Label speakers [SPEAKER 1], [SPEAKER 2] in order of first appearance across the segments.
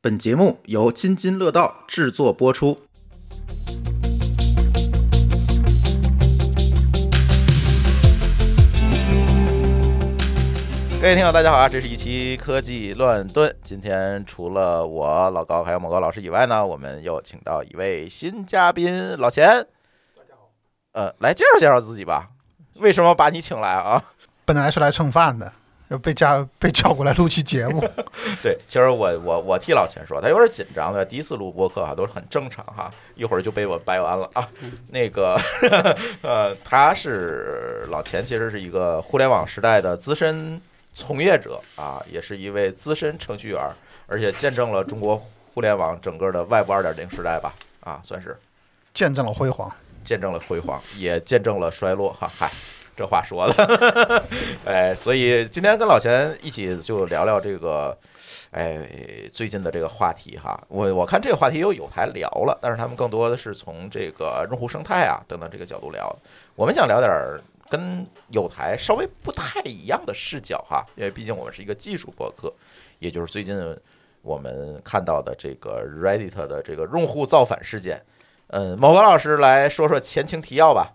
[SPEAKER 1] 本节目由津津乐道制作播出。各位听友，大家好啊！这是一期科技乱炖。今天除了我老高还有某高老师以外呢，我们又请到一位新嘉宾老钱。呃，来介绍介绍自己吧。为什么把你请来啊？
[SPEAKER 2] 本来是来蹭饭的，被叫被叫过来录期节目。
[SPEAKER 1] 对，其实我我我替老钱说，他有点紧张的，第一次录播客哈，都是很正常哈，一会儿就被我掰弯了啊。 那个呃，他是老钱，其实是一个互联网时代的资深从业者啊，也是一位资深程序员，而且见证了中国互联网整个的 Web 二点零时代吧，啊，算是
[SPEAKER 2] 见证了辉煌。
[SPEAKER 1] 见证了辉煌，也见证了衰落哈。嗨，这话说的， 哎，所以今天跟老钱一起就聊聊这个，哎，最近的这个话题哈。我我看这个话题有有台聊了，但是他们更多的是从这个用户生态啊等等这个角度聊。我们想聊点儿跟有台稍微不太一样的视角哈，因为毕竟我们是一个技术博客，也就是最近我们看到的这个 Reddit 的这个用户造反事件。嗯，某个老师来说说前情提要吧。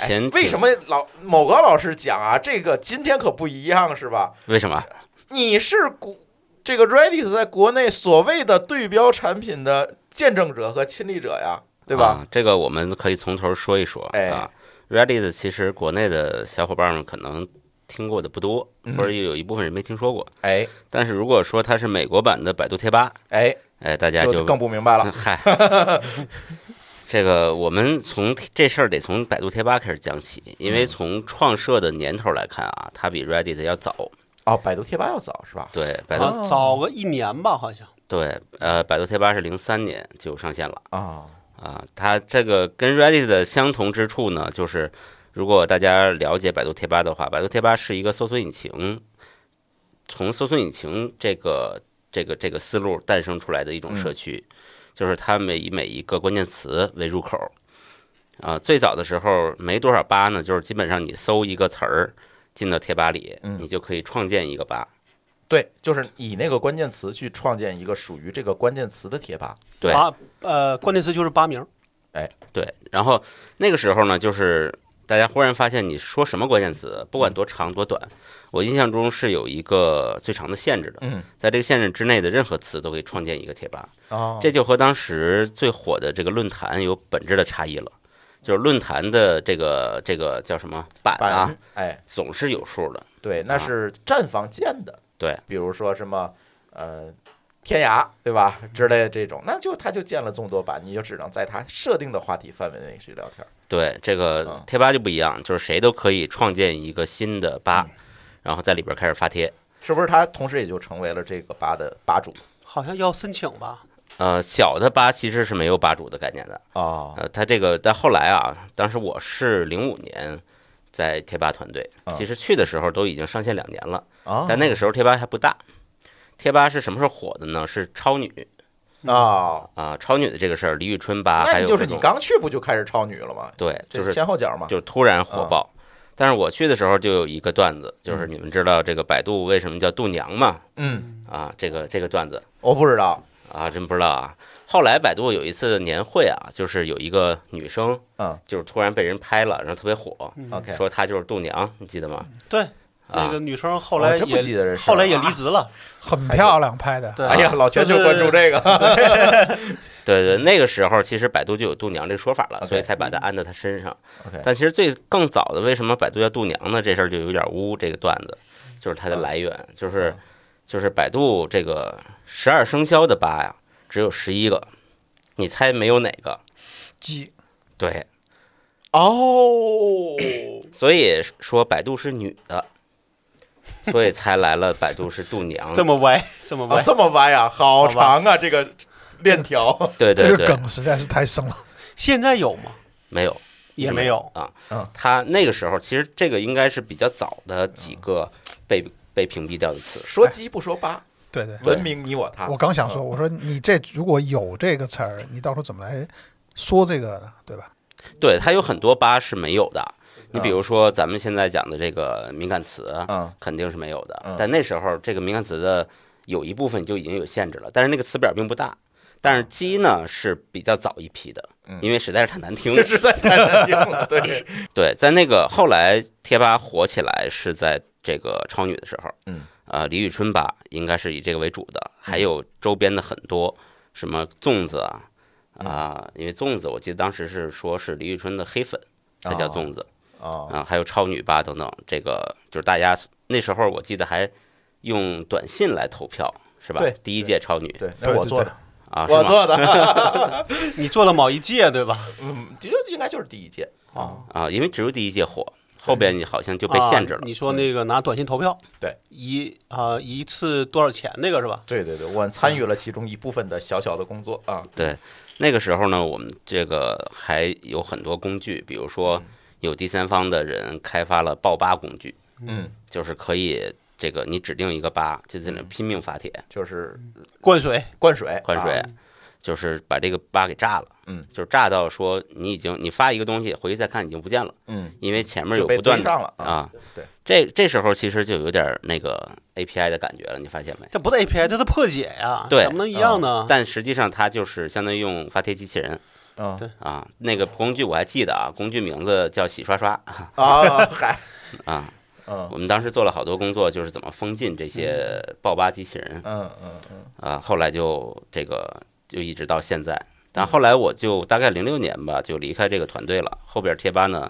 [SPEAKER 1] 哎
[SPEAKER 3] 前
[SPEAKER 1] 为什么老某个老师讲啊？这个今天可不一样是吧？
[SPEAKER 3] 为什么？
[SPEAKER 1] 你是国这个 Reddit 在国内所谓的对标产品的见证者和亲历者呀，对吧？
[SPEAKER 3] 啊这个我们可以从头说一说。
[SPEAKER 1] 哎
[SPEAKER 3] 啊，Reddit 其实国内的小伙伴们可能听过的不多，
[SPEAKER 1] 嗯
[SPEAKER 3] 或者有一部分人没听说过。
[SPEAKER 1] 哎
[SPEAKER 3] 但是如果说它是美国版的百度贴吧，
[SPEAKER 1] 哎，
[SPEAKER 3] 哎，大家
[SPEAKER 1] 就更不明白了。
[SPEAKER 3] 嗨，这个我们从这事儿得从百度贴吧开始讲起，
[SPEAKER 1] 嗯
[SPEAKER 3] 因为从创设的年头来看啊，它比 Reddit 要早。
[SPEAKER 1] 哦，百度贴吧要早是吧？
[SPEAKER 3] 对，百度
[SPEAKER 1] 啊
[SPEAKER 4] 啊，早个一年吧，好像。
[SPEAKER 3] 对，呃，百度贴吧是零三年就上线了。
[SPEAKER 1] 啊，
[SPEAKER 3] 啊，它这个跟 Reddit 的相同之处呢，就是如果大家了解百度贴吧的话，百度贴吧是一个搜索引擎，从搜索引擎这个这个这个思路诞生出来的一种社区，就是他们以每一个关键词为入口。啊，最早的时候没多少吧呢，就是基本上你搜一个词儿进到贴吧里，
[SPEAKER 1] 嗯
[SPEAKER 3] 你就可以创建一个吧。
[SPEAKER 1] 对，就是以那个关键词去创建一个属于这个关键词的贴吧。
[SPEAKER 3] 对
[SPEAKER 4] 八呃，关键词就是八名。
[SPEAKER 3] 对，然后那个时候呢，就是大家忽然发现，你说什么关键词，不管
[SPEAKER 1] 嗯
[SPEAKER 3] 多长多短，我印象中是有一个最长的限制的，
[SPEAKER 1] 嗯，
[SPEAKER 3] 在这个限制之内的任何词都可以创建一个贴吧，
[SPEAKER 1] 哦，
[SPEAKER 3] 这就和当时最火的这个论坛有本质的差异了。就是论坛的这个这个叫什么版啊，
[SPEAKER 1] 版哎，
[SPEAKER 3] 总是有数的。
[SPEAKER 1] 对，那
[SPEAKER 3] 啊
[SPEAKER 1] 是站房建的，
[SPEAKER 3] 对，
[SPEAKER 1] 比如说什么呃天涯对吧之类的这种，那就他就建了众多版，你就只能在他设定的话题范围内去聊天。
[SPEAKER 3] 对，这个
[SPEAKER 1] 啊
[SPEAKER 3] 贴吧就不一样，就是谁都可以创建一个新的吧，
[SPEAKER 1] 嗯
[SPEAKER 3] 然后在里边开始发帖。
[SPEAKER 1] 是不是他同时也就成为了这个吧的吧主
[SPEAKER 4] 好像要申请吧？
[SPEAKER 3] 呃，小的吧其实是没有吧主的概念的，
[SPEAKER 1] 啊？
[SPEAKER 3] 呃，他这个但后来啊，当时我是零五年在贴吧团队
[SPEAKER 1] 啊，
[SPEAKER 3] 其实去的时候都已经上线两年了，
[SPEAKER 1] 啊，
[SPEAKER 3] 但那个时候贴吧还不大。贴吧是什么时候火的呢？是超女
[SPEAKER 1] 啊，
[SPEAKER 3] 啊、超女的这个事儿，李宇春吧，
[SPEAKER 1] 那
[SPEAKER 3] 还有
[SPEAKER 1] 你就是
[SPEAKER 3] 这
[SPEAKER 1] 你
[SPEAKER 3] 种
[SPEAKER 1] 刚去不就开始超女了吗？
[SPEAKER 3] 对，
[SPEAKER 1] 这
[SPEAKER 3] 就是
[SPEAKER 1] 前后脚嘛。
[SPEAKER 3] 就突然火
[SPEAKER 1] 啊
[SPEAKER 3] 爆。但是我去的时候就有一个段子，就是你们知道这个百度为什么叫度娘吗？
[SPEAKER 1] 嗯，
[SPEAKER 3] 啊，这个这个段子
[SPEAKER 1] 我不知道。
[SPEAKER 3] 啊，真不知道啊。后来百度有一次年会啊，就是有一个女生，
[SPEAKER 1] 嗯，
[SPEAKER 3] 就是突然被人拍了，然后特别火，
[SPEAKER 4] 嗯
[SPEAKER 1] OK，
[SPEAKER 3] 说她就是度娘，你记得吗？
[SPEAKER 4] 对，
[SPEAKER 3] 啊
[SPEAKER 4] 嗯那个女生后
[SPEAKER 1] 我
[SPEAKER 4] 来
[SPEAKER 1] 真不记
[SPEAKER 4] 也
[SPEAKER 1] 得这事儿
[SPEAKER 4] 后来也
[SPEAKER 1] 了
[SPEAKER 4] 离职了。
[SPEAKER 2] 很漂亮拍的，
[SPEAKER 4] 对，
[SPEAKER 1] 哎呀，老钱
[SPEAKER 4] 就
[SPEAKER 1] 就是关注这个。
[SPEAKER 3] 对对，那个时候其实百度就有度娘这说法了
[SPEAKER 1] OK
[SPEAKER 3] 所以才把它安到她身上。
[SPEAKER 1] OK，
[SPEAKER 3] 但其实最更早的，为什么百度叫度娘呢？这事儿就有点污这个段子，就是它的来源，就是就是百度这个十二生肖的八呀，只有十一个，你猜没有哪个？
[SPEAKER 2] 鸡
[SPEAKER 3] 对，
[SPEAKER 1] 哦，
[SPEAKER 3] 所以说百度是女的，所以才来了百度是度娘。
[SPEAKER 4] 这么歪，这么
[SPEAKER 1] 啊
[SPEAKER 4] 歪。
[SPEAKER 1] 这么歪啊，好
[SPEAKER 4] 好吧
[SPEAKER 1] 长啊，这个链条。
[SPEAKER 3] 对
[SPEAKER 2] 这
[SPEAKER 3] 对
[SPEAKER 2] 个
[SPEAKER 3] 对，
[SPEAKER 2] 梗实在是太深了。
[SPEAKER 4] 现在有吗？
[SPEAKER 3] 没有。
[SPEAKER 4] 也
[SPEAKER 3] 没
[SPEAKER 4] 没有。
[SPEAKER 3] 啊
[SPEAKER 1] 嗯。
[SPEAKER 3] 他那个时候其实这个应该是比较早的几个被被屏蔽掉的词。
[SPEAKER 1] 说鸡不说八，
[SPEAKER 2] 对对，
[SPEAKER 1] 文明你我他。
[SPEAKER 2] 我刚想说，我说你这如果有这个词儿，你到时候怎么来说这个呢？对吧？
[SPEAKER 3] 对，它有很多吧是没有的。你
[SPEAKER 1] 嗯
[SPEAKER 3] 比如说咱们现在讲的这个敏感词，
[SPEAKER 1] 嗯
[SPEAKER 3] 肯定是没有的
[SPEAKER 1] 嗯。
[SPEAKER 3] 但那时候这个敏感词的有一部分就已经有限制了，但是那个词表并不大。但是鸡呢是比较早一批的
[SPEAKER 1] 嗯，
[SPEAKER 3] 因为实在是太 难听了
[SPEAKER 1] 这。实在太难听了。对，
[SPEAKER 3] 对，在那个后来贴吧火起来是在这个超女的时候，
[SPEAKER 1] 嗯，
[SPEAKER 3] 呃，李宇春吧应该是以这个为主的，还有周边的很多什么粽子啊
[SPEAKER 1] 嗯
[SPEAKER 3] 啊、因为粽子我记得当时是说是李宇春的黑粉才叫粽子啊、
[SPEAKER 1] 啊，
[SPEAKER 3] 还有超女吧等等，这个就是大家那时候我记得还用短信来投票是吧？
[SPEAKER 1] 对
[SPEAKER 3] 第一届超女
[SPEAKER 1] 对，那是我做的，
[SPEAKER 3] 啊，
[SPEAKER 1] 我
[SPEAKER 3] 是吗？
[SPEAKER 1] 做 的，
[SPEAKER 4] 你做了某一届对吧？
[SPEAKER 1] 嗯，就应该就是第一届啊，
[SPEAKER 3] 啊，因为只有第一届火，后边好像就被
[SPEAKER 4] 啊
[SPEAKER 3] 限制了。
[SPEAKER 4] 你说那个拿短信投票，
[SPEAKER 1] 对，
[SPEAKER 4] 一啊一次多少钱那个是吧？
[SPEAKER 1] 对对对，我参与了其中一部分的小小的工作啊，
[SPEAKER 3] 对，那个时候呢，我们这个还有很多工具，比如说
[SPEAKER 1] 嗯
[SPEAKER 3] 有第三方的人开发了爆吧工具，
[SPEAKER 1] 嗯，
[SPEAKER 3] 就是可以这个你指定一个吧，就在那拼命发帖
[SPEAKER 1] 就是
[SPEAKER 4] 灌水
[SPEAKER 1] 灌水，
[SPEAKER 3] 灌水，
[SPEAKER 1] 啊
[SPEAKER 3] 就是把这个吧给炸了。
[SPEAKER 1] 嗯，
[SPEAKER 3] 就是炸到说你已经你发一个东西回去再看已经不见了，
[SPEAKER 1] 嗯，
[SPEAKER 3] 因为前面
[SPEAKER 1] 就
[SPEAKER 3] 有
[SPEAKER 1] 被
[SPEAKER 3] 不断
[SPEAKER 1] 对
[SPEAKER 3] 的
[SPEAKER 1] 上了啊，
[SPEAKER 3] 啊，
[SPEAKER 1] 对，
[SPEAKER 3] 这这时候其实就有点那个 API 的感觉了，你发现没？
[SPEAKER 4] 这不是 API，这是破解呀，
[SPEAKER 3] 对啊
[SPEAKER 4] 怎么能一样呢？
[SPEAKER 3] 但实际上它就是相当于用发帖机器人
[SPEAKER 1] 嗯
[SPEAKER 4] 对
[SPEAKER 3] 啊，那个工具我还记得啊，工具名字叫洗刷刷
[SPEAKER 1] 啊，嗨，
[SPEAKER 3] 啊，
[SPEAKER 1] 嗯
[SPEAKER 3] 我们当时做了好多工作，就是怎么封禁这些爆吧机器人
[SPEAKER 1] 嗯嗯嗯，
[SPEAKER 3] 啊。后来就这个就一直到现在，
[SPEAKER 1] 嗯
[SPEAKER 3] 但后来我就大概零六年吧，就离开这个团队了。后边贴吧呢，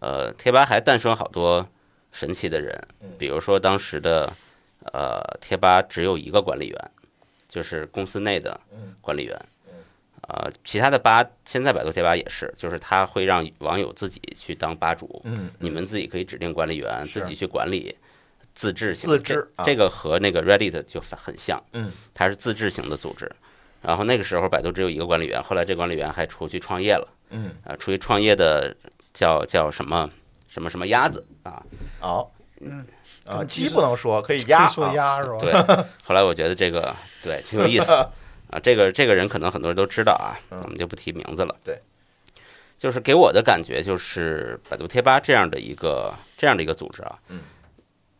[SPEAKER 3] 呃，贴吧还诞生好多神奇的人
[SPEAKER 1] 嗯，
[SPEAKER 3] 比如说当时的呃贴吧只有一个管理员，就是公司内的
[SPEAKER 1] 嗯
[SPEAKER 3] 管理员。呃，其他的吧，现在百度贴吧也是，就是他会让网友自己去当吧主，
[SPEAKER 1] 嗯，
[SPEAKER 3] 你们自己可以指定管理员，
[SPEAKER 1] 是
[SPEAKER 3] 自己去管理，自治型
[SPEAKER 1] 自治
[SPEAKER 3] 这
[SPEAKER 1] 啊
[SPEAKER 3] 这个和那个 Reddit 就很像，
[SPEAKER 1] 嗯，
[SPEAKER 3] 它是自治型的组织。然后那个时候百度只有一个管理员，后来这管理员还出去创业了，
[SPEAKER 1] 嗯，
[SPEAKER 3] 啊，出去创业的叫叫什么什么什么鸭子啊，
[SPEAKER 1] 好，
[SPEAKER 2] 嗯，
[SPEAKER 1] 啊，鸡不能说，可以鸭，
[SPEAKER 2] 说
[SPEAKER 1] 啊
[SPEAKER 2] 鸭是吧？
[SPEAKER 3] 对。 后来我觉得这个对挺有意思 啊，这个这个人可能很多人都知道啊，
[SPEAKER 1] 嗯
[SPEAKER 3] 我们就不提名字了。
[SPEAKER 1] 对，
[SPEAKER 3] 就是给我的感觉就是百度贴吧这样的一个这样的一个组织啊，
[SPEAKER 1] 嗯，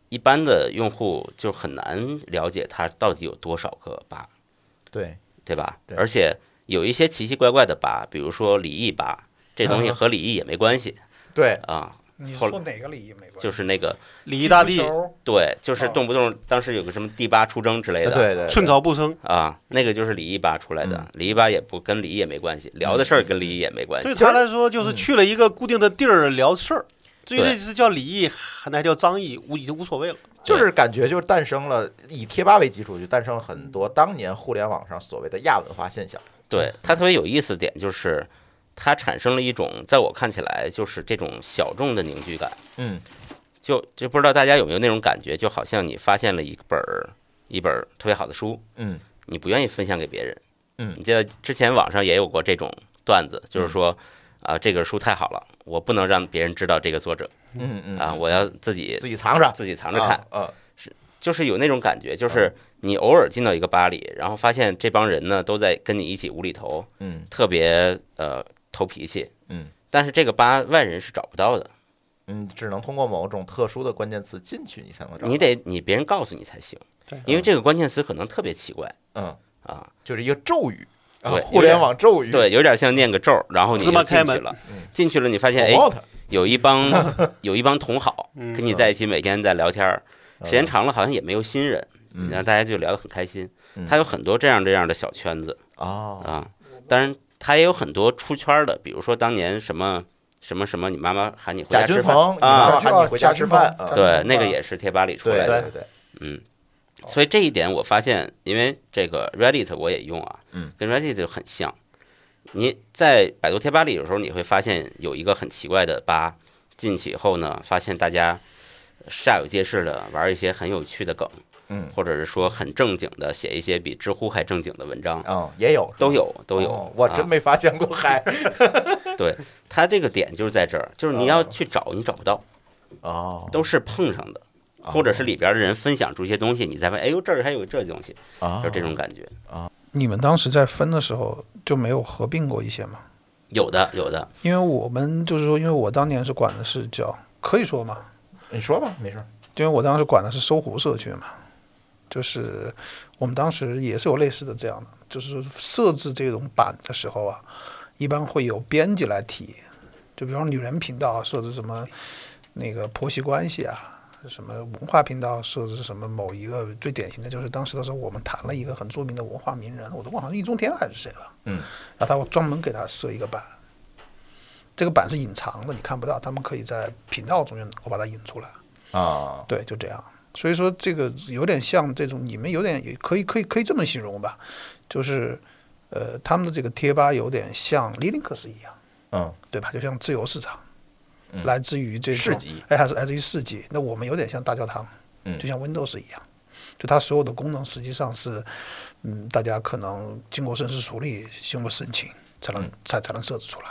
[SPEAKER 3] 一般的用户就很难了解它到底有多少个吧，
[SPEAKER 1] 对，
[SPEAKER 3] 对吧？
[SPEAKER 1] 对
[SPEAKER 3] 而且有一些奇奇怪怪的吧，比如说李毅吧，这 东西
[SPEAKER 1] 嗯
[SPEAKER 3] 和李毅也没关系
[SPEAKER 1] 对，
[SPEAKER 3] 啊，
[SPEAKER 2] 你
[SPEAKER 3] 后来
[SPEAKER 2] 说哪个礼仪没关系，
[SPEAKER 3] 就是那个
[SPEAKER 4] 礼仪大帝
[SPEAKER 2] 踢足球
[SPEAKER 3] 对，就是
[SPEAKER 2] 哦
[SPEAKER 3] 动不动当时有个什么第八出征之类的，
[SPEAKER 1] 啊对对，
[SPEAKER 4] 寸草不生，
[SPEAKER 3] 啊，那个就是李一吧出来的
[SPEAKER 1] 嗯，
[SPEAKER 3] 李一吧也不跟李毅也没关系，聊的事儿跟李毅也没关系
[SPEAKER 4] 对。他来说就是
[SPEAKER 1] 嗯
[SPEAKER 4] 去了一个固定的地儿聊事儿。至于
[SPEAKER 3] 对
[SPEAKER 4] 这次叫李毅，还那叫张毅，无已经无所谓了。
[SPEAKER 1] 就是感觉就是诞生了以贴吧为基础，就诞生了很多当年互联网上所谓的亚文化现象。
[SPEAKER 3] 对他特别有意思的点就是，他产生了一种在我看起来就是这种小众的凝聚感，
[SPEAKER 1] 嗯
[SPEAKER 3] 就就不知道大家有没有那种感觉，就好像你发现了一本儿一本儿特别好的书，
[SPEAKER 1] 嗯
[SPEAKER 3] 你不愿意分享给别人。
[SPEAKER 1] 嗯
[SPEAKER 3] 你记得之前网上也有过这种段子，就是说。啊，这个书太好了，我不能让别人知道这个作者
[SPEAKER 1] 嗯嗯
[SPEAKER 3] 啊，我要自己
[SPEAKER 1] 自己藏着
[SPEAKER 3] 自己藏着看。，
[SPEAKER 1] 嗯
[SPEAKER 3] 就是有那种感觉，就是你偶尔进到一个吧里，然后发现这帮人呢都在跟你一起无厘头，
[SPEAKER 1] 嗯
[SPEAKER 3] 特别呃投脾气，
[SPEAKER 1] 嗯
[SPEAKER 3] 但是这个吧外人是找不到的，
[SPEAKER 1] 嗯，只能通过某种特殊的关键词进去，你才能找。
[SPEAKER 3] 你得你别人告诉你才行
[SPEAKER 4] 对，
[SPEAKER 3] 因为这个关键词可能特别奇怪
[SPEAKER 1] 嗯，
[SPEAKER 3] 啊，
[SPEAKER 1] 就是一个咒语，啊
[SPEAKER 3] 对
[SPEAKER 1] 互联网咒语，
[SPEAKER 3] 对，有点像念个咒，然后你就
[SPEAKER 4] 芝麻
[SPEAKER 3] 进
[SPEAKER 4] 开
[SPEAKER 3] 去
[SPEAKER 4] 门
[SPEAKER 3] 了
[SPEAKER 1] 嗯，
[SPEAKER 3] 进去了你发现哎
[SPEAKER 1] ，promote，
[SPEAKER 3] 有一帮 有一帮同好
[SPEAKER 4] 嗯
[SPEAKER 3] 跟你在一起每天在聊天儿，哎时间长了好像也没有新人，
[SPEAKER 1] 嗯
[SPEAKER 3] 然后大家就聊得很开心
[SPEAKER 1] 嗯，
[SPEAKER 3] 他有很多这样这样的小圈子。
[SPEAKER 1] 哦，
[SPEAKER 3] 啊，当然他也有很多出圈儿的，比如说当年什么什么什么，你妈妈喊你回
[SPEAKER 1] 贾
[SPEAKER 3] 家吃
[SPEAKER 1] 君
[SPEAKER 3] 饭
[SPEAKER 1] 鹏，你
[SPEAKER 3] 啊
[SPEAKER 1] 妈妈喊你回家吃饭，
[SPEAKER 2] 贾君
[SPEAKER 1] 啊
[SPEAKER 2] 鹏
[SPEAKER 3] 对，那个也是贴吧里出
[SPEAKER 1] 对
[SPEAKER 3] 来的，
[SPEAKER 1] 对对，
[SPEAKER 3] 嗯，所以这一点我发现，因为这个 Reddit 我也用啊，
[SPEAKER 1] 嗯，
[SPEAKER 3] 跟 Reddit 就很像。你在百度贴吧里，有时候你会发现有一个很奇怪的吧，进去以后呢，发现大家煞有介事的玩一些很有趣的梗，
[SPEAKER 1] 嗯，
[SPEAKER 3] 或者是说很正经的写一些比知乎还正经的文章，
[SPEAKER 1] 哦，也有
[SPEAKER 3] 都有都有。
[SPEAKER 1] 哦我
[SPEAKER 3] 啊
[SPEAKER 1] 真没发现过， 嗨，
[SPEAKER 3] 它这个点就是在这儿，就是你要
[SPEAKER 1] 嗯
[SPEAKER 3] 去找，你找不到，
[SPEAKER 1] 哦，
[SPEAKER 3] 都是碰上的，
[SPEAKER 1] 哦
[SPEAKER 3] 或者是里边的人分享出一些东西，你才发现，哎呦，这儿还有这东西，
[SPEAKER 1] 啊
[SPEAKER 3] 就这种感觉。
[SPEAKER 2] 你们当时在分的时候就没有合并过一些吗？
[SPEAKER 3] 有的，有的，
[SPEAKER 2] 因为我们就是说，因为我当年是管的是叫可以说嘛，
[SPEAKER 1] 你说吧，没事儿。
[SPEAKER 2] 因为我当时管的是搜狐社区嘛，就是我们当时也是有类似的这样的，就是设置这种版的时候啊，一般会有编辑来提，就比方女人频道啊设置什么那个婆媳关系啊。什么文化频道设置什么某一个最典型的就是当时的时候，我们谈了一个很著名的文化名人，我都忘了是易中天还是谁了。
[SPEAKER 1] 嗯，
[SPEAKER 2] 然后他会专门给他设一个版，这个版是隐藏的，你看不到，他们可以在频道中间能够把它引出来。
[SPEAKER 1] 啊，
[SPEAKER 2] 对，就这样。所以说这个有点像这种，你们有点也可以可以可以这么形容吧，就是呃，他们的这个贴吧有点像 Linux 一样，
[SPEAKER 1] 嗯，
[SPEAKER 2] 对吧？就像自由市场，来自于这种
[SPEAKER 1] 市集，
[SPEAKER 2] 哎，还是来自于市集。那我们有点像大教堂，
[SPEAKER 1] 嗯
[SPEAKER 2] 就像 Windows 一样，就它所有的功能实际上是，嗯，大家可能经过深思熟虑，经过申请
[SPEAKER 1] 嗯
[SPEAKER 2] 才能才才能设置出来。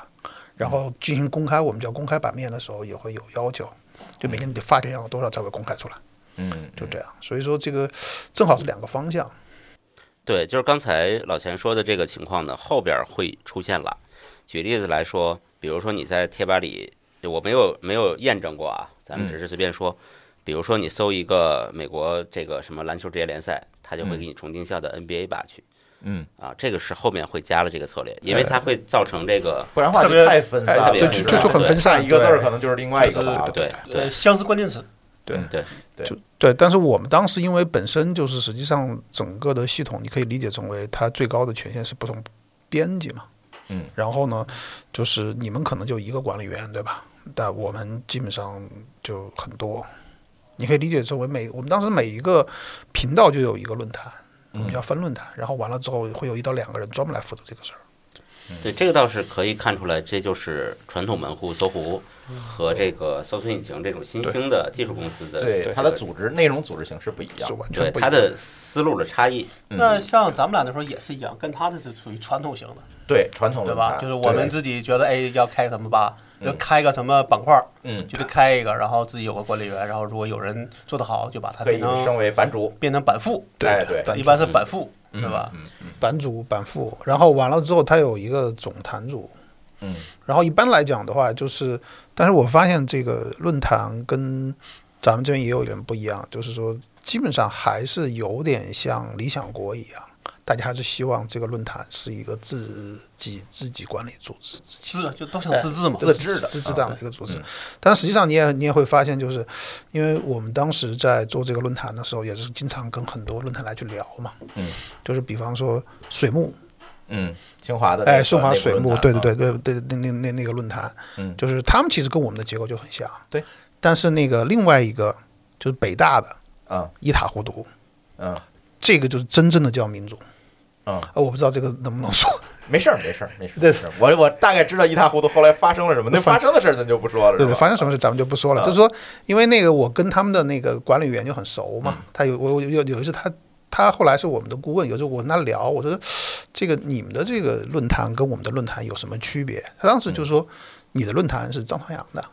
[SPEAKER 2] 然后进行公开，我们叫公开版面的时候也会有要求，就每个人得发点量有多少才会公开出来。
[SPEAKER 1] 嗯，
[SPEAKER 2] 就这样。所以说这个正好是两个方向。
[SPEAKER 3] 对，就是刚才老钱说的这个情况呢，后边儿会出现了。举例子来说，比如说你在贴吧里，我没有没有验证过啊，咱
[SPEAKER 1] 嗯
[SPEAKER 3] 们只是随便说。比如说你搜一个美国这个什么篮球职业联赛，它就会给你重定校的 NBA 吧去。
[SPEAKER 1] 嗯
[SPEAKER 3] 啊，这个是后面会加了这个策略，因为它会造成这个
[SPEAKER 1] 不然的话
[SPEAKER 4] 特
[SPEAKER 1] 就
[SPEAKER 4] 别
[SPEAKER 1] 太分散
[SPEAKER 2] 哎，
[SPEAKER 1] 了，
[SPEAKER 3] 特别
[SPEAKER 2] 对，
[SPEAKER 3] 分
[SPEAKER 2] 就
[SPEAKER 3] 散
[SPEAKER 2] 就就很分
[SPEAKER 1] 下
[SPEAKER 2] 散，
[SPEAKER 1] 一个字儿
[SPEAKER 2] 对
[SPEAKER 1] 可能就是另外一个
[SPEAKER 4] 就是
[SPEAKER 1] 了，
[SPEAKER 3] 对对
[SPEAKER 4] 呃，相似关键词，
[SPEAKER 2] 对，但是我们当时因为本身就是实际上整个的系统，你可以理解成为它最高的权限是不同编辑嘛。
[SPEAKER 1] 嗯，
[SPEAKER 2] 然后呢，就是你们可能就一个管理员，对吧？但我们基本上就很多，你可以理解成为每我们当时每一个频道就有一个论坛，我们叫分论坛，然后完了之后会有一到两个人专门来负责这个事儿。
[SPEAKER 1] 嗯
[SPEAKER 3] 对，这个倒是可以看出来，这就是传统门户搜狐和这个搜索引擎这种新兴的技术公司的
[SPEAKER 1] 对，它的组织内容组织形式不一样
[SPEAKER 2] 是，完
[SPEAKER 3] 对
[SPEAKER 2] 全不一
[SPEAKER 3] 它
[SPEAKER 2] 样。
[SPEAKER 3] 的思路的差异。
[SPEAKER 1] 嗯
[SPEAKER 4] 那像咱们俩那时候也是一样，跟他的是属于传统型的，
[SPEAKER 1] 对传统
[SPEAKER 4] 对
[SPEAKER 1] 论
[SPEAKER 4] 吧？
[SPEAKER 1] 坛
[SPEAKER 4] 就是我们
[SPEAKER 1] 对
[SPEAKER 4] 自己觉得哎要开什么吧，就开个什么板块儿，
[SPEAKER 1] 嗯
[SPEAKER 4] 就得开一个，然后自己有个管理员，然后如果有人做得好，就把它
[SPEAKER 1] 可以
[SPEAKER 4] 变
[SPEAKER 1] 升
[SPEAKER 4] 成
[SPEAKER 1] 为版主，
[SPEAKER 4] 变成板副，
[SPEAKER 2] 对
[SPEAKER 1] 哎对
[SPEAKER 2] 版
[SPEAKER 4] 一
[SPEAKER 2] 主
[SPEAKER 4] 般是板副，对吧？
[SPEAKER 2] 版主、版副，然后完了之后，它有一个总坛主。
[SPEAKER 1] 嗯，
[SPEAKER 2] 然后一般来讲的话，就是，但是我发现这个论坛跟咱们这边也有点不一样，就是说，基本上还是有点像理想国一样，大家还是希望这个论坛是一个自己自己管理组织，自己
[SPEAKER 4] 是，就都想自治嘛。
[SPEAKER 1] 自治的啊嗯
[SPEAKER 2] 自治这样的一个组织。但实际上，你也你也会发现，就是因为我们当时在做这个论坛的时候，也是经常跟很多论坛来去聊嘛。
[SPEAKER 1] 嗯，
[SPEAKER 2] 就是比方说水木，
[SPEAKER 1] 嗯，清华的那
[SPEAKER 2] 哎，
[SPEAKER 1] 个
[SPEAKER 2] 顺华
[SPEAKER 1] 内部
[SPEAKER 2] 水
[SPEAKER 1] 论
[SPEAKER 2] 木，
[SPEAKER 1] 坛
[SPEAKER 2] 对对
[SPEAKER 1] 啊
[SPEAKER 2] 对对对，那那那那个论坛，
[SPEAKER 1] 嗯
[SPEAKER 2] 就是他们其实跟我们的结构就很像，
[SPEAKER 1] 对。
[SPEAKER 2] 但是那个另外一个就是北大的
[SPEAKER 1] 嗯
[SPEAKER 2] 一塌糊涂，
[SPEAKER 1] 嗯，
[SPEAKER 2] 这个就是真正的叫民主。
[SPEAKER 1] 嗯
[SPEAKER 2] 呃，我不知道这个能不能说，
[SPEAKER 1] 没事儿，没事儿，没事儿。没事儿我我大概知道一塌糊涂，后来发生了什么？那发生的事儿咱就不说了，是
[SPEAKER 2] 对对，
[SPEAKER 1] 吧？
[SPEAKER 2] 发生什么事咱们就不说了。
[SPEAKER 1] 啊
[SPEAKER 2] 就是说，因为那个我跟他们的那个管理员就很熟
[SPEAKER 1] 嗯
[SPEAKER 2] 嘛，他有我我有有一次他他后来是我们的顾问，有时候我跟他聊，我说这个你们的这个论坛跟我们的论坛有什么区别？他当
[SPEAKER 1] 嗯
[SPEAKER 2] 时就说你的论坛是张朝阳的，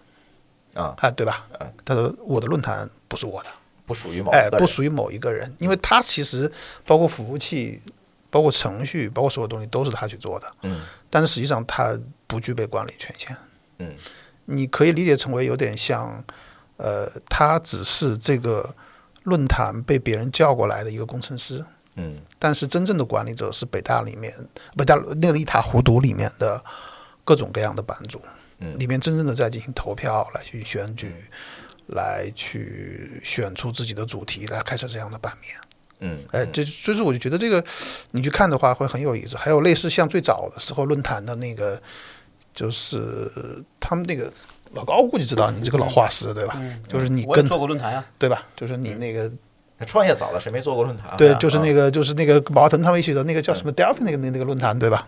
[SPEAKER 1] 啊，
[SPEAKER 2] 啊，对吧？他说我的论坛不是我的，
[SPEAKER 1] 不属于某
[SPEAKER 2] 哎，
[SPEAKER 1] 个
[SPEAKER 2] 不
[SPEAKER 1] 人，嗯
[SPEAKER 2] 属于某一个人，因为他其实包括服务器、包括程序、包括所有东西都是他去做的，
[SPEAKER 1] 嗯
[SPEAKER 2] 但是实际上他不具备管理权限。
[SPEAKER 1] 嗯，
[SPEAKER 2] 你可以理解成为有点像，呃，他只是这个论坛被别人叫过来的一个工程师，
[SPEAKER 1] 嗯
[SPEAKER 2] 但是真正的管理者是北大里面，北大那个一塌糊涂里面的各种各样的版主，
[SPEAKER 1] 嗯
[SPEAKER 2] 里面真正的在进行投票来去选举，来去选出自己的主题来开设这样的版面。
[SPEAKER 1] 嗯，
[SPEAKER 2] 哎，这就是我就觉得这个你去看的话会很有意思。还有类似像最早的时候论坛的那个，就是他们那个老高估计知道你这个老画师对吧？就是你
[SPEAKER 4] 嗯我也
[SPEAKER 2] 跟
[SPEAKER 4] 做过论坛啊呀，
[SPEAKER 2] 对吧？就是你那个
[SPEAKER 1] 创业早了，谁没做过论坛啊？
[SPEAKER 2] 对，就是那
[SPEAKER 1] 啊
[SPEAKER 2] 个就是那个毛腾他们一起的那个叫什么 Delphi 那个那那个论坛对吧？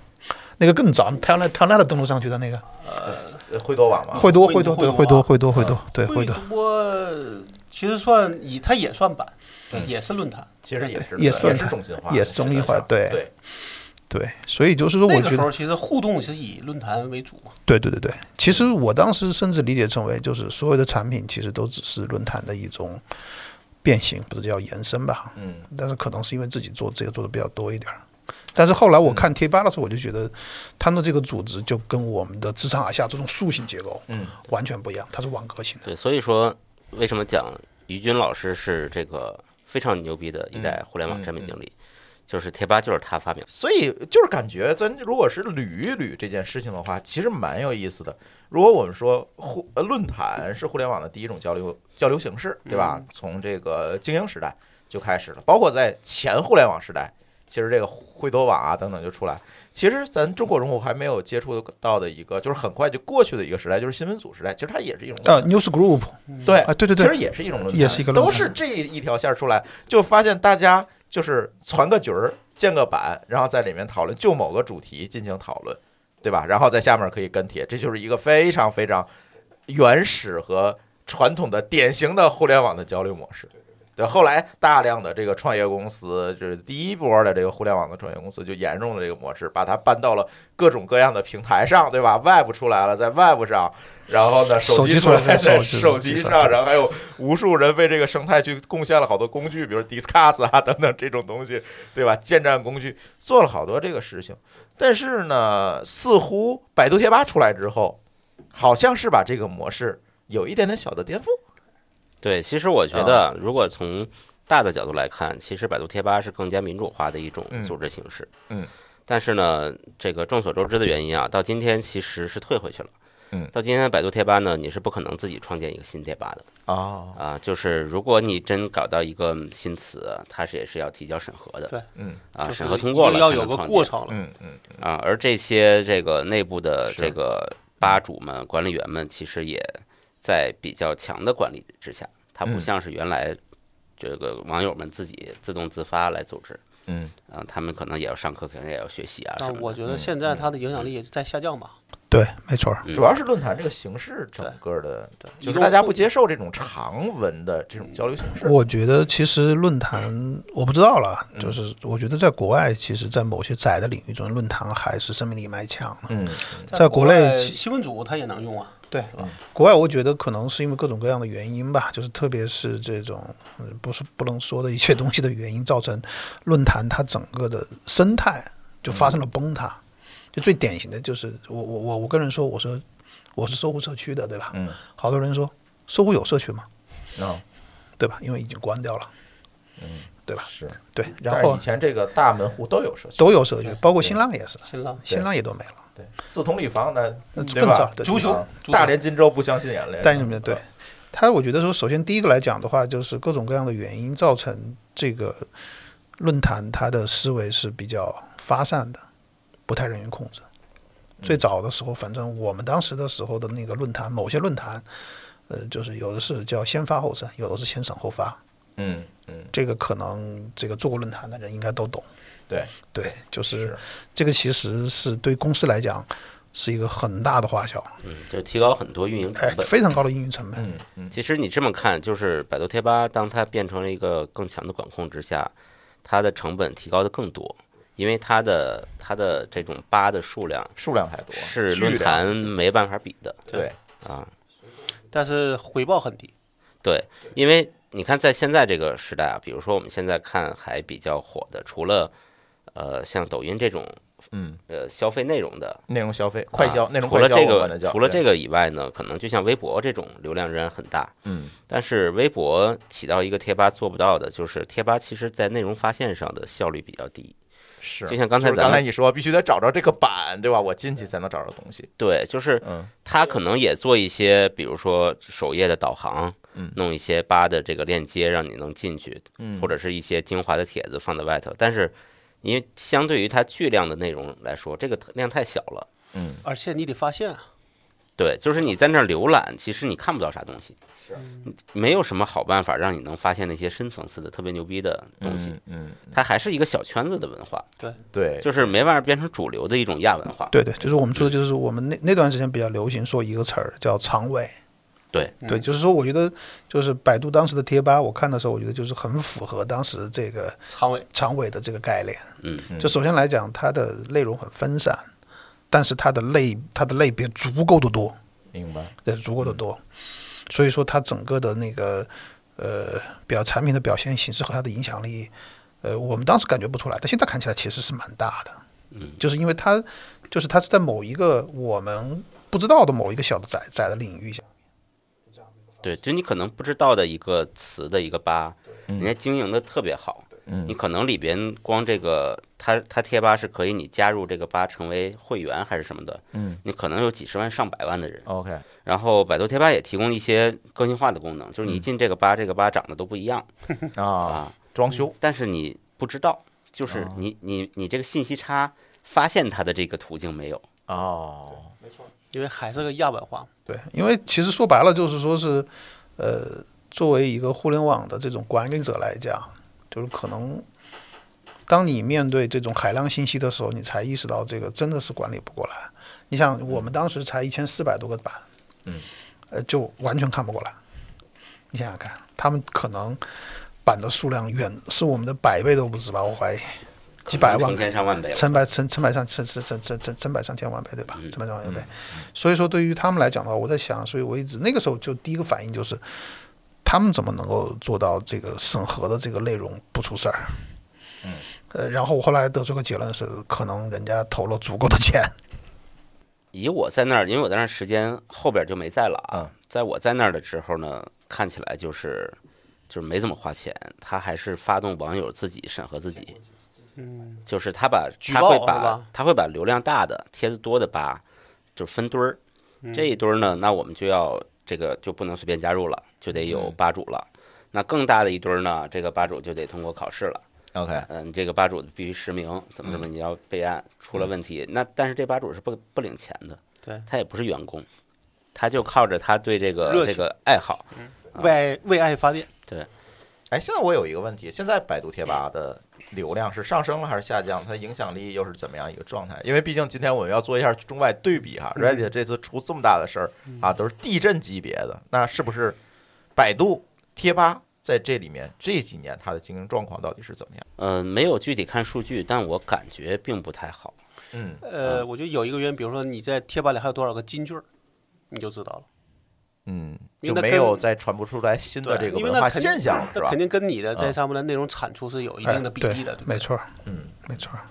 [SPEAKER 2] 那个更早，他来他来了登录上去的那个
[SPEAKER 1] 呃惠多网嘛，
[SPEAKER 2] 会多
[SPEAKER 4] 会
[SPEAKER 2] 会多
[SPEAKER 4] 多啊
[SPEAKER 2] 对
[SPEAKER 4] 会啊
[SPEAKER 2] 会
[SPEAKER 4] 多
[SPEAKER 2] 多会多会多对会多
[SPEAKER 4] 多其实算以它也算版，对也是论坛。
[SPEAKER 1] 其实也是
[SPEAKER 2] 也
[SPEAKER 1] 也
[SPEAKER 2] 是论坛
[SPEAKER 1] 中心化的，
[SPEAKER 2] 也是中心
[SPEAKER 1] 实
[SPEAKER 2] 化
[SPEAKER 1] 际上
[SPEAKER 2] 对
[SPEAKER 1] 对，
[SPEAKER 2] 对，所以就是说我
[SPEAKER 4] 那个
[SPEAKER 2] 觉
[SPEAKER 4] 时
[SPEAKER 2] 得
[SPEAKER 4] 候其实互动是以论坛为主啊嘛，
[SPEAKER 2] 对对对对，其实我当时甚至理解成为就是所有的产品其实都只是论坛的一种变形，不是叫延伸吧？
[SPEAKER 1] 嗯，
[SPEAKER 2] 但是可能是因为自己做这个做的比较多一点儿。但是后来我看贴吧的时候，我就觉得他们的这个组织就跟我们的自上而下这种树形结构，
[SPEAKER 1] 嗯，
[SPEAKER 2] 完全不一样，它是网格型的。
[SPEAKER 3] 对，所以说为什么讲于军老师是这个非非常牛逼的一代互联网产品
[SPEAKER 1] 嗯嗯
[SPEAKER 3] 经理，就是贴吧就是他发明的。
[SPEAKER 1] 所以就是感觉，咱如果是捋一捋这件事情的话，其实蛮有意思的。如果我们说互呃论坛是互联网的第一种交流交流形式，对吧？从这个精英时代就开始了，包括在前互联网时代，其实这个惠多网啊等等就出来。其实咱中国用户还没有接触到的一个，就是很快就过去的一个时代，就是新闻组时代。其实它也是一种
[SPEAKER 2] 呃，News Group
[SPEAKER 1] 对
[SPEAKER 2] 啊，对对
[SPEAKER 1] 哎其实
[SPEAKER 2] 对，
[SPEAKER 1] 也是一种论坛，
[SPEAKER 2] 也是一个论
[SPEAKER 1] 都
[SPEAKER 2] 坛
[SPEAKER 1] 是这一条线儿出来，就发现大家就是传个局儿、建个版，然后在里面讨论就某个主题进行讨论，对吧？然后在下面可以跟帖，这就是一个非常非常原始和传统的典型的互联网的交流模式。对，后来大量的这个创业公司，就是第一波的这个互联网的创业公司，就沿用了这个模式，把它搬到了各种各样的平台上，对吧？Web 出来了，在 Web 上，然后呢，
[SPEAKER 2] 手
[SPEAKER 1] 机
[SPEAKER 2] 机
[SPEAKER 1] 出
[SPEAKER 2] 出来
[SPEAKER 1] 来在
[SPEAKER 2] 在手机
[SPEAKER 1] 手机
[SPEAKER 2] 手机
[SPEAKER 1] 上，
[SPEAKER 2] 上
[SPEAKER 1] 然后还有无数人为这个生态去贡献了好多工具，比如 Discuss 啊等等这种东西，对吧？建站工具做了好多这个事情，但是呢，似乎百度贴吧出来之后，好像是把这个模式有一点点小的颠覆。
[SPEAKER 3] 对，其实我觉
[SPEAKER 4] 啊
[SPEAKER 3] 得，如果从大的角度来看，其实百度贴吧是更加民主化的一种
[SPEAKER 1] 嗯
[SPEAKER 3] 组织形式。
[SPEAKER 1] 嗯
[SPEAKER 3] 但是呢，这个众所周知的原因啊，到今天其实是退回去了。
[SPEAKER 1] 嗯
[SPEAKER 3] 到今天百度贴吧呢，你是不可能自己创建一个新贴吧的
[SPEAKER 1] 哦，
[SPEAKER 3] 啊。就是如果你真搞到一个新词，它是也是要提交审核的
[SPEAKER 4] 对
[SPEAKER 1] 嗯
[SPEAKER 3] 啊，
[SPEAKER 4] 就是
[SPEAKER 3] 审核通过了
[SPEAKER 4] 一定要
[SPEAKER 3] 才
[SPEAKER 4] 有
[SPEAKER 3] 能
[SPEAKER 4] 个
[SPEAKER 3] 创
[SPEAKER 4] 过
[SPEAKER 3] 建
[SPEAKER 4] 程了。
[SPEAKER 1] 嗯嗯嗯，
[SPEAKER 3] 啊。而这些这个内部的
[SPEAKER 1] 是
[SPEAKER 3] 这个吧主们、管理员们，其实也在比较强的管理之下，它不
[SPEAKER 1] 嗯
[SPEAKER 3] 像是原来这个网友们自己自动自发来组织
[SPEAKER 1] 嗯，
[SPEAKER 3] 啊，他们可能也要上课，可能也要学习啊
[SPEAKER 4] 但
[SPEAKER 3] 什么
[SPEAKER 4] 我
[SPEAKER 3] 的。
[SPEAKER 4] 觉得现在它的影响力也在下降吧。
[SPEAKER 2] 对，没错儿，
[SPEAKER 3] 嗯
[SPEAKER 1] 主要是论坛这个形式整个的，就是大家不接受这种长文的这种交流形式。
[SPEAKER 2] 我觉得其实论
[SPEAKER 1] 嗯
[SPEAKER 2] 坛我不知道了，就是我觉得在国外，其实，在某些窄的领域中，论坛还是生命力蛮强的。
[SPEAKER 1] 嗯
[SPEAKER 2] 在国内其
[SPEAKER 4] 新闻组它也能用啊，
[SPEAKER 2] 对，国外我觉得可能是因为各种各样的原因吧，就是特别是这种呃不是不能说的一些东西的原因，造成论坛它整个的生态就发生了崩塌。
[SPEAKER 1] 嗯
[SPEAKER 2] 就最典型的就是我我我我跟人说我说我是搜狐社区的，对吧？
[SPEAKER 1] 嗯，
[SPEAKER 2] 好多人说搜狐有社区吗？
[SPEAKER 1] 啊
[SPEAKER 2] 对吧？因为已经关掉了，
[SPEAKER 1] 嗯，
[SPEAKER 2] 对吧？
[SPEAKER 1] 是。
[SPEAKER 2] 对，然
[SPEAKER 1] 但是
[SPEAKER 2] 后
[SPEAKER 1] 以前这个大门户都有社区，
[SPEAKER 2] 都有社区，包括新浪也是，
[SPEAKER 4] 新浪
[SPEAKER 2] 新浪也都没了，
[SPEAKER 1] 对，四通立方呢，
[SPEAKER 2] 那
[SPEAKER 1] 对
[SPEAKER 2] 更早
[SPEAKER 1] 吧？
[SPEAKER 2] 的
[SPEAKER 4] 足球
[SPEAKER 1] 啊
[SPEAKER 4] 足球
[SPEAKER 1] 大连金州不相信眼泪，
[SPEAKER 2] 但是没有对，它我觉得说，首先第一个来讲的话，就是各种各样的原因造成这个论坛它的思维是比较发散的，不太人员控制。最早的时候，反正我们当时的时候的那个论坛，某些论坛，呃，就是有的是叫先发后审，有的是先审后发。
[SPEAKER 1] 嗯嗯，
[SPEAKER 2] 这个可能这个做过论坛的人应该都懂。
[SPEAKER 1] 对
[SPEAKER 2] 对，就是
[SPEAKER 1] 是
[SPEAKER 2] 这个其实是对公司来讲是一个很大的花销，
[SPEAKER 3] 嗯，就提高很多运营成
[SPEAKER 2] 哎，
[SPEAKER 3] 本。
[SPEAKER 2] 非常高的运营成本。
[SPEAKER 1] 嗯嗯
[SPEAKER 3] 其实你这么看，就是百度贴吧，当它变成了一个更强的管控之下，它的成本提高的更多，因为它的它的这种吧的数量
[SPEAKER 1] 数量太多，
[SPEAKER 3] 是
[SPEAKER 1] 巨量
[SPEAKER 3] 论坛没办法比的
[SPEAKER 1] 对，
[SPEAKER 3] 啊。
[SPEAKER 4] 但是回报很低。
[SPEAKER 3] 对，因为你看，在现在这个时代啊，比如说我们现在看还比较火的，除了呃像抖音这种
[SPEAKER 1] 嗯，
[SPEAKER 3] 呃消费内容的
[SPEAKER 1] 内容消费快
[SPEAKER 3] 啊
[SPEAKER 1] 消内容
[SPEAKER 3] 除
[SPEAKER 1] 快
[SPEAKER 3] 了
[SPEAKER 1] 消，
[SPEAKER 3] 这
[SPEAKER 1] 我管它叫
[SPEAKER 3] 个除了这
[SPEAKER 1] 对
[SPEAKER 3] 个以外呢，可能就像微博这种流量仍然很大，
[SPEAKER 1] 嗯
[SPEAKER 3] 但是微博起到一个贴吧做不到的，就是贴吧其实在内容发现上的效率比较低。
[SPEAKER 1] 是，
[SPEAKER 3] 就像刚才
[SPEAKER 1] 就是
[SPEAKER 3] 咱
[SPEAKER 1] 刚才
[SPEAKER 3] 们
[SPEAKER 1] 你说必须得找着这个版，对吧？我进去才能找着东西，
[SPEAKER 3] 对，就是
[SPEAKER 1] 嗯
[SPEAKER 3] 它可能也做一些，比如说首页的导航，
[SPEAKER 1] 嗯
[SPEAKER 3] 弄一些吧的这个链接，让你能进去，
[SPEAKER 1] 嗯
[SPEAKER 3] 或者是一些精华的帖子放在外头。但是，因为相对于它巨量的内容来说，这个量太小了。
[SPEAKER 1] 嗯
[SPEAKER 4] 而且你得发现啊，
[SPEAKER 3] 对，就是你在那儿浏览，其实你看不到啥东西，
[SPEAKER 1] 是
[SPEAKER 3] 没有什么好办法让你能发现那些深层次的特别牛逼的东西。
[SPEAKER 1] 嗯，嗯
[SPEAKER 3] 它还是一个小圈子的文化，
[SPEAKER 1] 对，
[SPEAKER 3] 就是没办法变成主流的一种亚文化。
[SPEAKER 2] 对对，就是我们说的，就是我们那那段时间比较流行说一个词儿叫“长尾”。
[SPEAKER 3] 对
[SPEAKER 2] 对，
[SPEAKER 4] 嗯
[SPEAKER 2] 就是说，我觉得就是百度当时的贴吧，我看的时候，我觉得就是很符合当时这个
[SPEAKER 4] 常委
[SPEAKER 2] 长尾的这个概念。
[SPEAKER 3] 嗯，
[SPEAKER 2] 就首先来讲，它的内容很分散，但是它的类它的类别足够的多，
[SPEAKER 1] 明白，
[SPEAKER 2] 也足够的多，所以说它整个的那个呃表产品的表现形式和它的影响力，呃，我们当时感觉不出来，但现在看起来其实是蛮大的。嗯，就是因为它就是它是在某一个我们不知道的某一个小的窄窄的领域下。
[SPEAKER 3] 对，就你可能不知道的一个词的一个吧，
[SPEAKER 2] 嗯
[SPEAKER 3] 人家经营的特别好，你可能里边光这个，它它贴吧是可以你加入这个吧成为会员还是什么的，
[SPEAKER 1] 嗯
[SPEAKER 3] 你可能有几十万上百万的人。
[SPEAKER 1] ，OK，
[SPEAKER 3] 然后百度贴吧也提供一些个性化的功能，
[SPEAKER 2] 嗯
[SPEAKER 3] 就是你一进这个吧，这个吧长得都不一样
[SPEAKER 1] 啊，
[SPEAKER 3] 啊，
[SPEAKER 1] 装修
[SPEAKER 3] 但是你不知道，就是
[SPEAKER 2] 哦
[SPEAKER 1] 啊
[SPEAKER 3] 你你你这个信息差发现它的这个途径没有。
[SPEAKER 1] 哦，
[SPEAKER 4] 因为还是个亚文化嘛。
[SPEAKER 2] 对，因为其实说白了就是说是，呃，作为一个互联网的这种管理者来讲，就是可能，当你面对这种海量信息的时候，你才意识到这个真的是管理不过来。你想，我们当时才一千四百多个版，
[SPEAKER 1] 嗯，
[SPEAKER 2] 呃，就完全看不过来。你想想看，他们可能版的数量远是我们的百倍都不止吧，我怀疑几百万
[SPEAKER 3] 成千上万倍了。
[SPEAKER 2] 成百成成百上成成成成成成百上千万倍，对
[SPEAKER 4] 嗯
[SPEAKER 2] 吧？成百上万倍。所以说，对于他们来讲的话，我在想，所以我一直那个时候就第一个反应就是，他们怎么能够做到这个审核的这个内容不出事儿？嗯。呃，然后我后来得出个结论是，可能人家投了足够的钱。
[SPEAKER 3] 以我在那儿，因为我在那儿时间后边就没在了啊
[SPEAKER 1] 嗯。
[SPEAKER 3] 在我在那儿的时候呢，看起来就是就是没怎么花钱，他还是发动网友自己审核自己，
[SPEAKER 4] 嗯，
[SPEAKER 3] 就是他把
[SPEAKER 4] 举
[SPEAKER 3] 他
[SPEAKER 4] 报
[SPEAKER 3] 会
[SPEAKER 4] 是
[SPEAKER 3] 把
[SPEAKER 4] 吧
[SPEAKER 3] 他会把流量大的帖子多的吧，就是分堆儿。
[SPEAKER 4] 嗯
[SPEAKER 3] 这一堆儿呢，那我们就要这个就不能随便加入了，就得有
[SPEAKER 1] 嗯
[SPEAKER 3] 吧主了。那更大的一堆儿呢，这个吧主就得通过考试了。
[SPEAKER 1] ，OK，
[SPEAKER 3] 嗯，这个吧主必须实名，怎么怎么
[SPEAKER 1] 嗯
[SPEAKER 3] 你要备案，出了问题，那但是这吧主是不不领钱的，
[SPEAKER 4] 对，
[SPEAKER 3] 他也不是员工，他就靠着他对这个
[SPEAKER 4] 热
[SPEAKER 3] 这
[SPEAKER 4] 情
[SPEAKER 3] 个爱好，啊
[SPEAKER 4] 为爱为爱发电，
[SPEAKER 1] 哎，现在我有一个问题，现在百度贴吧的流量是上升了还是下降？它影响力又是怎么样一个状态？因为毕竟今天我们要做一下中外对比哈
[SPEAKER 4] 嗯
[SPEAKER 1] ，Reddit 这次出这么大的事儿啊，都是地震级别的，那是不是百度贴吧在这里面这几年它的经营状况到底是怎么样？
[SPEAKER 3] 嗯、没有具体看数据，但我感觉并不太好。
[SPEAKER 1] 嗯，
[SPEAKER 3] 啊
[SPEAKER 4] 呃，我觉得有一个原因，比如说你在贴吧里还有多少个金句儿，你就知道了。
[SPEAKER 1] 嗯，
[SPEAKER 4] 因为
[SPEAKER 1] 就
[SPEAKER 4] 那
[SPEAKER 1] 没有
[SPEAKER 4] 跟
[SPEAKER 1] 再传播出来新的
[SPEAKER 4] 对
[SPEAKER 1] 这个
[SPEAKER 4] 因为
[SPEAKER 1] 文
[SPEAKER 4] 那
[SPEAKER 1] 化
[SPEAKER 4] 肯
[SPEAKER 1] 现象了，是
[SPEAKER 4] 那
[SPEAKER 1] 吧
[SPEAKER 4] 肯？定跟你的
[SPEAKER 1] 啊
[SPEAKER 4] 在上面的内容产出是有一
[SPEAKER 2] 哎
[SPEAKER 4] 定的比
[SPEAKER 2] 对
[SPEAKER 4] 例的，对不
[SPEAKER 2] 没
[SPEAKER 4] 对，
[SPEAKER 2] 错儿，
[SPEAKER 1] 嗯，
[SPEAKER 2] 没错儿。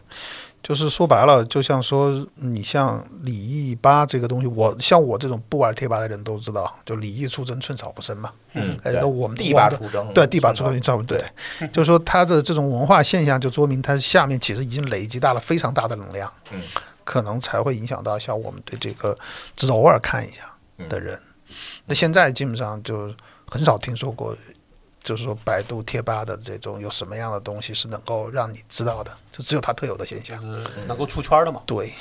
[SPEAKER 2] 就是说白了，就像说你像李毅吧这个东西，我像我这种不玩贴吧的人都知道，就李毅出征寸草不生嘛。
[SPEAKER 1] 嗯，
[SPEAKER 2] 哎，
[SPEAKER 1] 对
[SPEAKER 2] 那我们
[SPEAKER 1] 第
[SPEAKER 2] 我
[SPEAKER 1] 八
[SPEAKER 2] 们的
[SPEAKER 1] 出征，
[SPEAKER 2] 对，地板出
[SPEAKER 1] 征
[SPEAKER 2] 东西差不多，啊对，就是说它的这种文化现象，就说明它下面其实已经累积大了非常大的能量，
[SPEAKER 1] 嗯，
[SPEAKER 2] 可能才会影响到像我们对这个只是偶尔看一下的人。那现在基本上就很少听说过，就是说百度贴吧的这种有什么样的东西是能够让你知道的，就只有它特有的现
[SPEAKER 4] 就
[SPEAKER 2] 象。
[SPEAKER 4] 是能够出圈儿的嘛。
[SPEAKER 2] 对，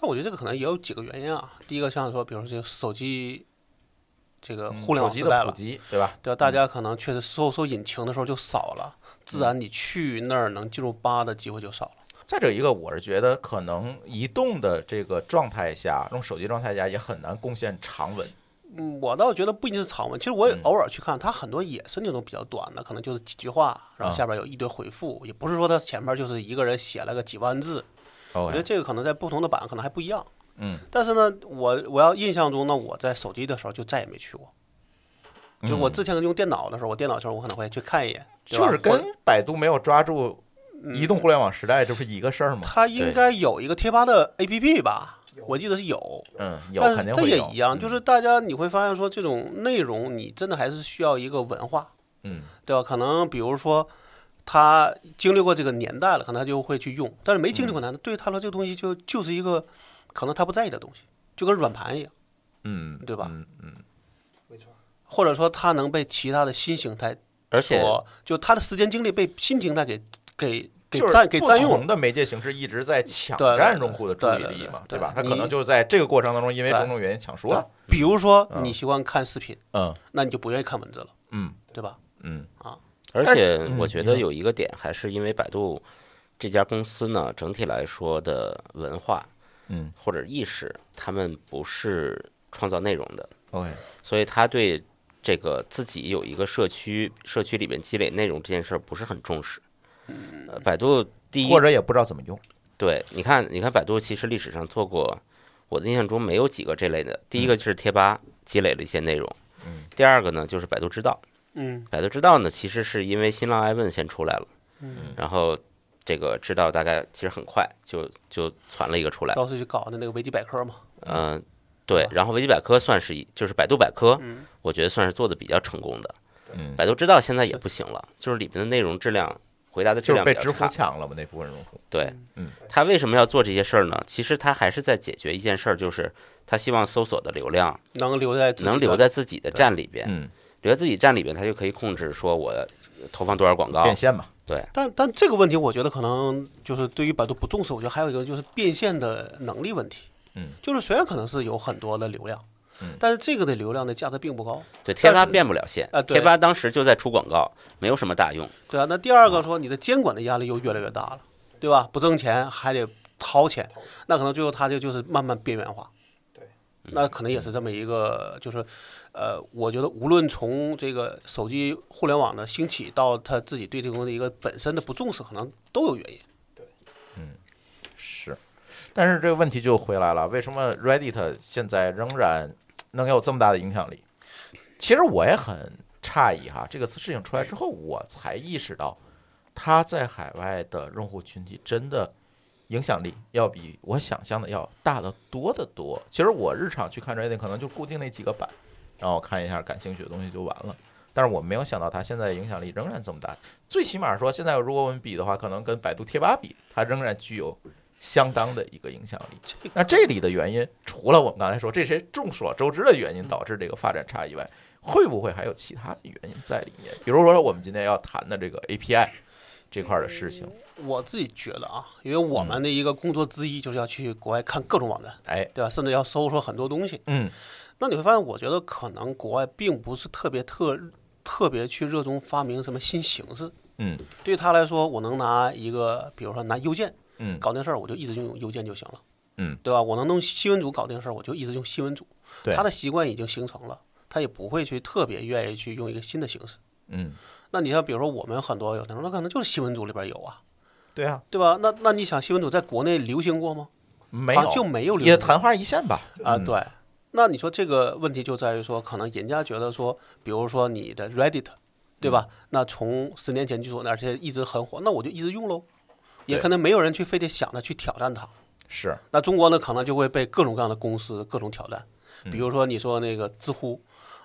[SPEAKER 4] 但我觉得这个可能也有几个原因啊。第一个像说，比如说这个手机这个互联网
[SPEAKER 1] 嗯手
[SPEAKER 4] 时
[SPEAKER 1] 机
[SPEAKER 4] 代
[SPEAKER 1] 的普
[SPEAKER 4] 了，
[SPEAKER 1] 及，嗯对吧？
[SPEAKER 4] 对吧？大家可能确实搜索引擎的时候就少了，自
[SPEAKER 1] 嗯
[SPEAKER 4] 然你去那儿能进入吧的机会就少了。
[SPEAKER 1] 再者一个，我是觉得可能移动的这个状态下，用手机状态下也很难贡献长文。
[SPEAKER 4] 嗯，我倒觉得不一定是长文，其实我也
[SPEAKER 1] 嗯
[SPEAKER 4] 偶尔去看，它很多也是那种比较短的，可能就是几句话，然后
[SPEAKER 1] 啊
[SPEAKER 4] 下边有一堆回复，也不是说它前面就是一个人写了个几万字。我觉得
[SPEAKER 1] OK，
[SPEAKER 4] 这个可能在不同的版可能还不一样。
[SPEAKER 1] 嗯，
[SPEAKER 4] 但是呢，我我要印象中呢，我在手机的时候就再也没去过。就我之前用电脑的时候，我电脑的时候我可能会去看一眼，对吧
[SPEAKER 1] 嗯就是
[SPEAKER 4] 或
[SPEAKER 1] 跟百度没有抓住
[SPEAKER 4] 嗯
[SPEAKER 1] 移动互联网时代，这不是一个事儿吗？
[SPEAKER 4] 它应该有一个贴吧的 APP 吧，我记得是有，
[SPEAKER 1] 嗯，有
[SPEAKER 4] 但
[SPEAKER 1] 肯
[SPEAKER 4] 是
[SPEAKER 1] 定
[SPEAKER 4] 它
[SPEAKER 1] 会
[SPEAKER 4] 也
[SPEAKER 1] 有嗯
[SPEAKER 4] 一样，就是大家你会发现说这种内容你真的还是需要一个文化，
[SPEAKER 1] 嗯
[SPEAKER 4] 对吧？可能比如说。他经历过这个年代了，可能他就会去用，但是没经历过
[SPEAKER 1] 嗯
[SPEAKER 4] 年代，对于他来说这个东西就就是一个，可能他不在意的东西，就跟软盘一样，
[SPEAKER 1] 嗯，
[SPEAKER 4] 对吧
[SPEAKER 1] 嗯嗯，
[SPEAKER 4] 或者说他能被其他的新形态
[SPEAKER 3] 而且
[SPEAKER 4] 所就他的时间精力被新形态给给给
[SPEAKER 1] 就是
[SPEAKER 4] 占给占
[SPEAKER 1] 不
[SPEAKER 4] 用
[SPEAKER 1] 同
[SPEAKER 4] 了。
[SPEAKER 1] 的媒介形式一直在抢
[SPEAKER 4] 对对
[SPEAKER 1] 占
[SPEAKER 4] 对
[SPEAKER 1] 用户的注
[SPEAKER 4] 对
[SPEAKER 1] 意
[SPEAKER 4] 对
[SPEAKER 1] 力
[SPEAKER 4] 对
[SPEAKER 1] 嘛，
[SPEAKER 4] 对
[SPEAKER 1] 吧？他
[SPEAKER 4] 你
[SPEAKER 1] 可能就在这个过程当中，因为
[SPEAKER 4] 对
[SPEAKER 1] 种种原因抢输
[SPEAKER 4] 对
[SPEAKER 1] 了。
[SPEAKER 4] 比如说
[SPEAKER 1] 嗯
[SPEAKER 4] 你习惯看视频，
[SPEAKER 1] 嗯
[SPEAKER 4] 那你就不愿意看文字了，
[SPEAKER 1] 嗯
[SPEAKER 4] 对吧？
[SPEAKER 1] 嗯
[SPEAKER 3] 而
[SPEAKER 1] 但是
[SPEAKER 3] 且
[SPEAKER 1] 嗯
[SPEAKER 3] 我觉
[SPEAKER 1] 你
[SPEAKER 3] 得
[SPEAKER 1] 说
[SPEAKER 3] 有一个点，还是因为百度这家公司呢，整体来说的文化
[SPEAKER 1] 嗯
[SPEAKER 3] 或者意识，他们不是创造内容的，
[SPEAKER 1] ，OK，
[SPEAKER 3] 所以他对这个自己有一个社区，社区里面积累内容这件事儿不是很重视。呃，百度第一
[SPEAKER 1] 或者也不知道怎么用。
[SPEAKER 3] 对，你看，你看，百度其实历史上做过，我的印象中没有几个这类的。第一个就是贴吧积累了一些内容，
[SPEAKER 1] 嗯，
[SPEAKER 3] 第二个呢就是百度知道，
[SPEAKER 4] 嗯，
[SPEAKER 3] 百度知道呢其实是因为新浪爱问先出来了，
[SPEAKER 4] 嗯，
[SPEAKER 3] 然后这个知道大概其实很快就就传了一个出来，
[SPEAKER 4] 当时去搞的那个维基百科嘛，
[SPEAKER 3] 嗯、对
[SPEAKER 4] 吧，
[SPEAKER 3] 然后维基百科算是一，就是百度百科，
[SPEAKER 4] 嗯，
[SPEAKER 3] 我觉得算是做的比较成功的。
[SPEAKER 1] 嗯，
[SPEAKER 3] 百度知道现在也不行了，就是里面的内容质量、回答的质
[SPEAKER 1] 就是
[SPEAKER 3] 量比
[SPEAKER 1] 被
[SPEAKER 3] 较
[SPEAKER 1] 知乎
[SPEAKER 3] 差。
[SPEAKER 1] 抢了嘛那部分用户，
[SPEAKER 3] 对，
[SPEAKER 1] 嗯，
[SPEAKER 3] 他为什么要做这些事儿呢？其实他还是在解决一件事儿，就是他希望搜索的流量
[SPEAKER 4] 能留在自己
[SPEAKER 3] 能
[SPEAKER 4] 的
[SPEAKER 3] 留在自己的站里边，
[SPEAKER 1] 嗯，
[SPEAKER 3] 留在自己站里边，他就可以控制说我呃投放多少广告。
[SPEAKER 1] 变现嘛，
[SPEAKER 4] 但但这个问题，我觉得可能就是对于百度不重视，我觉得还有一个就是变现的能力问题。
[SPEAKER 1] 嗯，
[SPEAKER 4] 就是虽然可能是有很多的流量，
[SPEAKER 1] 嗯
[SPEAKER 4] 但是这个的流量的价值并不高。
[SPEAKER 3] 对，贴吧
[SPEAKER 4] 但是
[SPEAKER 3] 变不了现
[SPEAKER 4] 啊，对
[SPEAKER 3] 贴吧当时就在出广告，没有什么大用。
[SPEAKER 4] 对啊，那第二个说你的监管的压力又越来越大了，对吧？不挣钱还得掏钱，那可能最后它就就是慢慢边缘化。
[SPEAKER 2] 对，
[SPEAKER 4] 那可能也是这么一个，就是呃，我觉得无论从这个手机互联网的兴起到他自己对这个东西的一个本身的不重视，可能都有原因。
[SPEAKER 1] 是，但是这个问题就回来了，为什么 Reddit 现在仍然能有这么大的影响力？其实我也很诧异哈，这个事情出来之后，我才意识到，它在海外的用户群体真的影响力要比我想象的要大得多得多。其实我日常去看 Reddit 可能就固定那几个版，然后看一下感兴趣的东西就完了。但是我没有想到它现在影响力仍然这么大，最起码说现在如果我们比的话，可能跟百度贴吧比，它仍然具有相当的一个影响力。那这里的原因，除了我们刚才说这些众所周知的原因导致这个发展差以外，会不会还有其他的原因在里面？比如说我们今天要谈的这个 API 这块儿的事情，
[SPEAKER 4] 我自己觉得啊，因为我们的一个工作之一就是要去国外看各种网站，
[SPEAKER 1] 哎，
[SPEAKER 4] 对吧？甚至要搜索很多东西。
[SPEAKER 1] 嗯
[SPEAKER 4] 那你会发现，我觉得可能国外并不是特别特特别去热衷发明什么新形式。
[SPEAKER 1] 嗯
[SPEAKER 4] 对于他来说，我能拿一个，比如说拿邮件
[SPEAKER 1] 嗯
[SPEAKER 4] 搞定事儿，我就一直用邮件就行了，
[SPEAKER 1] 嗯，
[SPEAKER 4] 对吧？我能用新闻组搞定事儿，我就一直用新闻组。
[SPEAKER 1] 对
[SPEAKER 4] 他的习惯已经形成了，他也不会去特别愿意去用一个新的形式。
[SPEAKER 1] 嗯，
[SPEAKER 4] 那你像比如说我们很多有的人，那可能就是新闻组里边有啊，
[SPEAKER 1] 对啊，
[SPEAKER 4] 对吧？那那你想新闻组在国内流行过吗？
[SPEAKER 1] 没
[SPEAKER 4] 好
[SPEAKER 1] 有
[SPEAKER 4] 像就没有流
[SPEAKER 1] 也
[SPEAKER 4] 行
[SPEAKER 1] 昙花一现吧？
[SPEAKER 4] 啊，
[SPEAKER 1] 嗯
[SPEAKER 4] 对。那你说这个问题就在于说，可能人家觉得说，比如说你的 Reddit，
[SPEAKER 1] 嗯
[SPEAKER 4] 对吧？那从十年前就说，而且一直很火，那我就一直用喽。也
[SPEAKER 1] 对
[SPEAKER 4] 可能没有人去非得想着去挑战它。
[SPEAKER 1] 是
[SPEAKER 4] 那中国呢，可能就会被各种各样的公司各种挑战，
[SPEAKER 1] 嗯
[SPEAKER 4] 比如说你说那个知乎，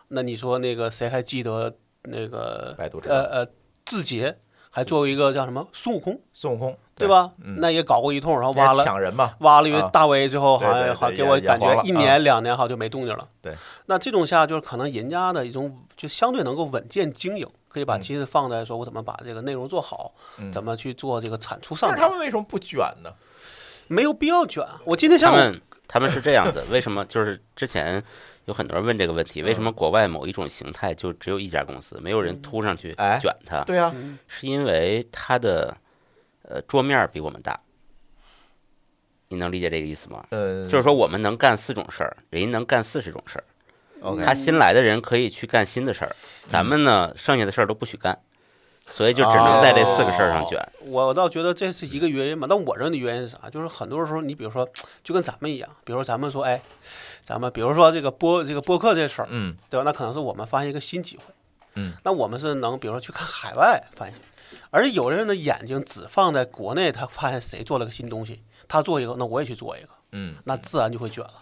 [SPEAKER 4] 那你说那个谁还记得那个
[SPEAKER 1] 百度知道
[SPEAKER 4] 呃呃字节还做过一个叫什么孙悟空，
[SPEAKER 1] 孙悟空
[SPEAKER 4] 对？吧？
[SPEAKER 1] 嗯
[SPEAKER 4] 那也搞过一通，然后
[SPEAKER 1] 人
[SPEAKER 4] 挖
[SPEAKER 1] 家
[SPEAKER 4] 了
[SPEAKER 1] 抢人嘛，
[SPEAKER 4] 挖了一
[SPEAKER 1] 啊
[SPEAKER 4] 个大 V 之后，好
[SPEAKER 1] 对对
[SPEAKER 4] 像好
[SPEAKER 1] 对
[SPEAKER 4] 像给
[SPEAKER 1] 也
[SPEAKER 4] 我
[SPEAKER 1] 也
[SPEAKER 4] 感
[SPEAKER 1] 黄
[SPEAKER 4] 觉
[SPEAKER 1] 了
[SPEAKER 4] 一
[SPEAKER 1] 啊
[SPEAKER 4] 年两年好像就没动静了。
[SPEAKER 1] 对，
[SPEAKER 4] 那这种下就是可能人家的一种就相对能够稳健经营，可以把
[SPEAKER 1] 嗯
[SPEAKER 4] 精力放在说我怎么把这个内容做好，
[SPEAKER 1] 嗯
[SPEAKER 4] 怎么去做这个产出上
[SPEAKER 1] 但
[SPEAKER 4] 面，
[SPEAKER 1] 是他们为什么不卷呢？
[SPEAKER 4] 没有必要卷。我今天
[SPEAKER 3] 他
[SPEAKER 4] 下午
[SPEAKER 3] 们他们是这样子，为什么？就是之前有很多人问这个问
[SPEAKER 1] 嗯
[SPEAKER 3] 题，为什么国外某一种形态就只有一家公司，没有人突上去
[SPEAKER 1] 哎
[SPEAKER 3] 卷它？
[SPEAKER 1] 对啊，
[SPEAKER 3] 是因为它的呃桌面儿比我们大，你能理解这个意思吗？
[SPEAKER 1] 呃，
[SPEAKER 3] 就是说我们能干四种事儿，人家能干四十种事儿。
[SPEAKER 1] OK
[SPEAKER 3] 他新来的人可以去干新的事儿，咱们呢剩下的事儿都不许干，所以就只
[SPEAKER 1] 啊
[SPEAKER 3] 能在这四个事儿上
[SPEAKER 1] 哦
[SPEAKER 3] 卷。
[SPEAKER 4] 我倒觉得这是一个原因吧，但我认为的原因是啥？就是很多时候，你比如说，就跟咱们一样，比如说咱们说，哎，咱们比如说这个播这个播客这事儿，
[SPEAKER 1] 嗯
[SPEAKER 4] 对吧？那可能是我们发现一个新机会，
[SPEAKER 1] 嗯，
[SPEAKER 4] 那我们是能比如说去看海外发现，而且有的人的眼睛只放在国内，他发现谁做了个新东西，他做一个，那我也去做一个，
[SPEAKER 1] 嗯
[SPEAKER 4] 那自然就会卷了，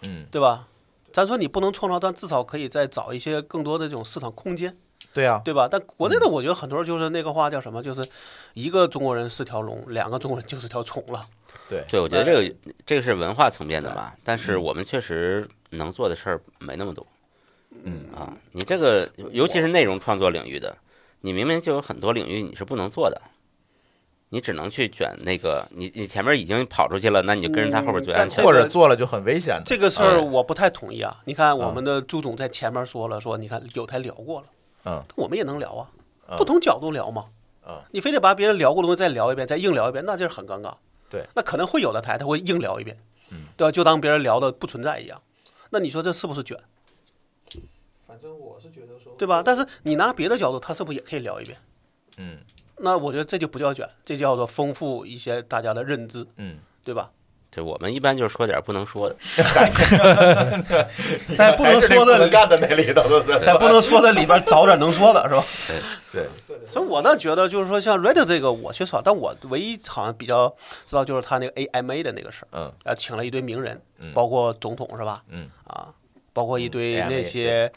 [SPEAKER 1] 嗯，
[SPEAKER 4] 对吧？咱说你不能创造，但至少可以再找一些更多的这种市场空间。
[SPEAKER 1] 对啊，
[SPEAKER 4] 对吧？但国内的我觉得很多人就是那个话叫什么，就是一个中国人是条龙，两个中国人就是条虫了。
[SPEAKER 1] 对
[SPEAKER 3] 对，我觉得这个这个是文化层面的吧，但是我们确实能做的事儿没那么多。嗯啊，你这个尤其是内容创作领域的，你明明就有很多领域你是不能做的，你只能去卷那个你你前面已经跑出去了，那你就跟着他后边卷
[SPEAKER 4] 嗯但
[SPEAKER 3] 安
[SPEAKER 4] 这
[SPEAKER 3] 全。
[SPEAKER 4] 个
[SPEAKER 1] 或者做了就很危险的。
[SPEAKER 4] 这个事儿
[SPEAKER 3] 哎
[SPEAKER 4] 我不太同意啊。你看我们的朱总在前面说了，说你看有台聊过了，
[SPEAKER 1] 嗯，
[SPEAKER 4] 我们也能聊啊，
[SPEAKER 1] 嗯
[SPEAKER 4] 不同角度聊嘛。
[SPEAKER 1] 嗯
[SPEAKER 4] 你非得把别人聊过的东西再聊一遍，再硬聊一遍，那就是很尴尬。
[SPEAKER 1] 对，
[SPEAKER 4] 那可能会有的台他会硬聊一遍，嗯，对吧？就当别人聊的不存在一样。那你说这是不是卷，
[SPEAKER 2] 反正我是觉得说，
[SPEAKER 4] 对吧？但是你拿别的角度，他是不是也可以聊一遍？
[SPEAKER 1] 嗯
[SPEAKER 4] 那我觉得这就不叫卷，这叫做丰富一些大家的认知，
[SPEAKER 1] 嗯，
[SPEAKER 4] 对吧？
[SPEAKER 3] 对我们一般就是说点儿不能说的，
[SPEAKER 4] 在不能说
[SPEAKER 1] 还是这不能
[SPEAKER 4] 的，
[SPEAKER 1] 干的那里头，对对
[SPEAKER 4] 在不能说的里边找点能说的，是吧？
[SPEAKER 1] 对，
[SPEAKER 4] 所以我倒觉得就是说，像 Reddit 这个我缺少，但我唯一好像比较知道就是他那个 AMA 的那个事儿，
[SPEAKER 1] 嗯
[SPEAKER 4] 啊，请了一堆名人，
[SPEAKER 1] 嗯
[SPEAKER 4] 包括总统是吧？
[SPEAKER 1] 嗯
[SPEAKER 4] 啊，包括一堆
[SPEAKER 1] 嗯 AMA
[SPEAKER 4] 那些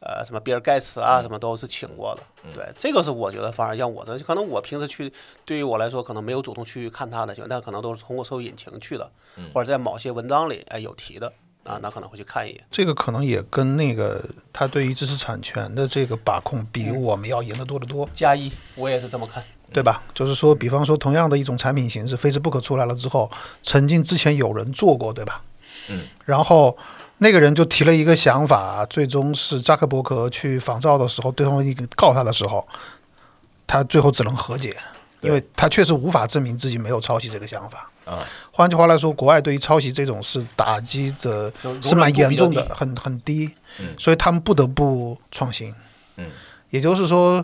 [SPEAKER 4] 呃什么比尔盖茨啊，什么都是请过的。对，这个是我觉得反而让我的，可能我平时去对于我来说可能没有主动去看他的新闻，但可能都是通过搜引擎去的，或者在某些文章里哎有提的啊，那可能会去看一眼。
[SPEAKER 2] 这个可能也跟那个他对于知识产权的这个把控比我们要严得多得多，
[SPEAKER 4] 加一，我也是这么看。
[SPEAKER 2] 对吧？就是说，比方说同样的一种产品形式，Facebook 出来了之后，曾经之前有人做过，对吧？
[SPEAKER 1] 嗯，
[SPEAKER 2] 然后那个人就提了一个想法，最终是扎克伯格去仿照的时候，对方一个告他的时候，他最后只能和解，
[SPEAKER 1] 对
[SPEAKER 2] 因为他确实无法证明自己没有抄袭这个想法。
[SPEAKER 1] 啊，
[SPEAKER 2] 换句话来说，国外对于抄袭这种事打击的
[SPEAKER 4] 容忍
[SPEAKER 2] 是蛮严重
[SPEAKER 4] 度比
[SPEAKER 2] 的
[SPEAKER 4] 较，
[SPEAKER 2] 很很低
[SPEAKER 1] 嗯，
[SPEAKER 2] 所以他们不得不创新。
[SPEAKER 1] 嗯，
[SPEAKER 2] 也就是说，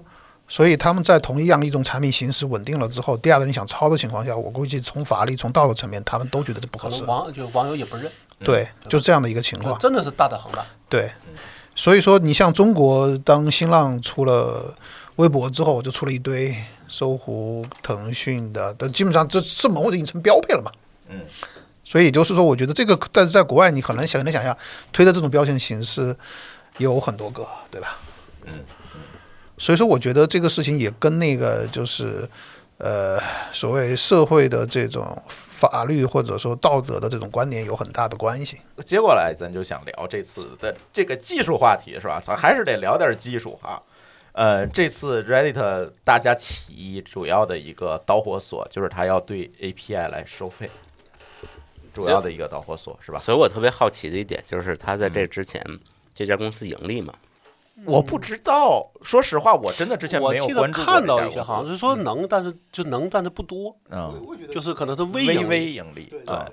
[SPEAKER 2] 所以他们在同样一种产品形式稳定了之后，第二个人想抄的情况下，我估计从法律、从道德层面，他们都觉得这不合
[SPEAKER 4] 可
[SPEAKER 2] 适
[SPEAKER 4] 能。嗯网就网友也不认，
[SPEAKER 2] 对，就这样的一个情
[SPEAKER 4] 就
[SPEAKER 2] 况。
[SPEAKER 4] 真的是大的恒大。
[SPEAKER 2] 对，
[SPEAKER 1] 嗯
[SPEAKER 2] 所以说你像中国，当新浪出了微博之后，就出了一堆搜狐、腾讯的，但基本上这这门户就已经成标配了嘛。
[SPEAKER 1] 嗯，
[SPEAKER 2] 所以也就是说，我觉得这个，但是在国外你很难想很难想象，推的这种标签形式有很多个，对吧？
[SPEAKER 1] 嗯，
[SPEAKER 2] 所以说我觉得这个事情也跟那个就是呃所谓社会的这种法律或者说道德的这种观点有很大的关系。
[SPEAKER 1] 接过来咱就想聊这次的这个技术话题是吧？咱还是得聊点技术哈。呃，这次 Reddit 大家起义主要的一个导火索就是它要对 API 来收费，主要的一个导火索是吧？
[SPEAKER 3] 所以我特别好奇的一点就是，他在这之前，这家公司盈利嘛？
[SPEAKER 1] 我不知道，说实话，我真的之前
[SPEAKER 4] 我
[SPEAKER 1] 没有
[SPEAKER 4] 记得
[SPEAKER 1] 关注过
[SPEAKER 4] 看
[SPEAKER 1] 这
[SPEAKER 4] 到
[SPEAKER 1] 家
[SPEAKER 4] 一些
[SPEAKER 1] 公司
[SPEAKER 4] 好像是说能，但是就能，但是不多，
[SPEAKER 1] 嗯，
[SPEAKER 4] 就是可能是微
[SPEAKER 1] 微
[SPEAKER 4] 盈
[SPEAKER 1] 微
[SPEAKER 4] 利，
[SPEAKER 1] 盈利，
[SPEAKER 4] 对
[SPEAKER 1] 嗯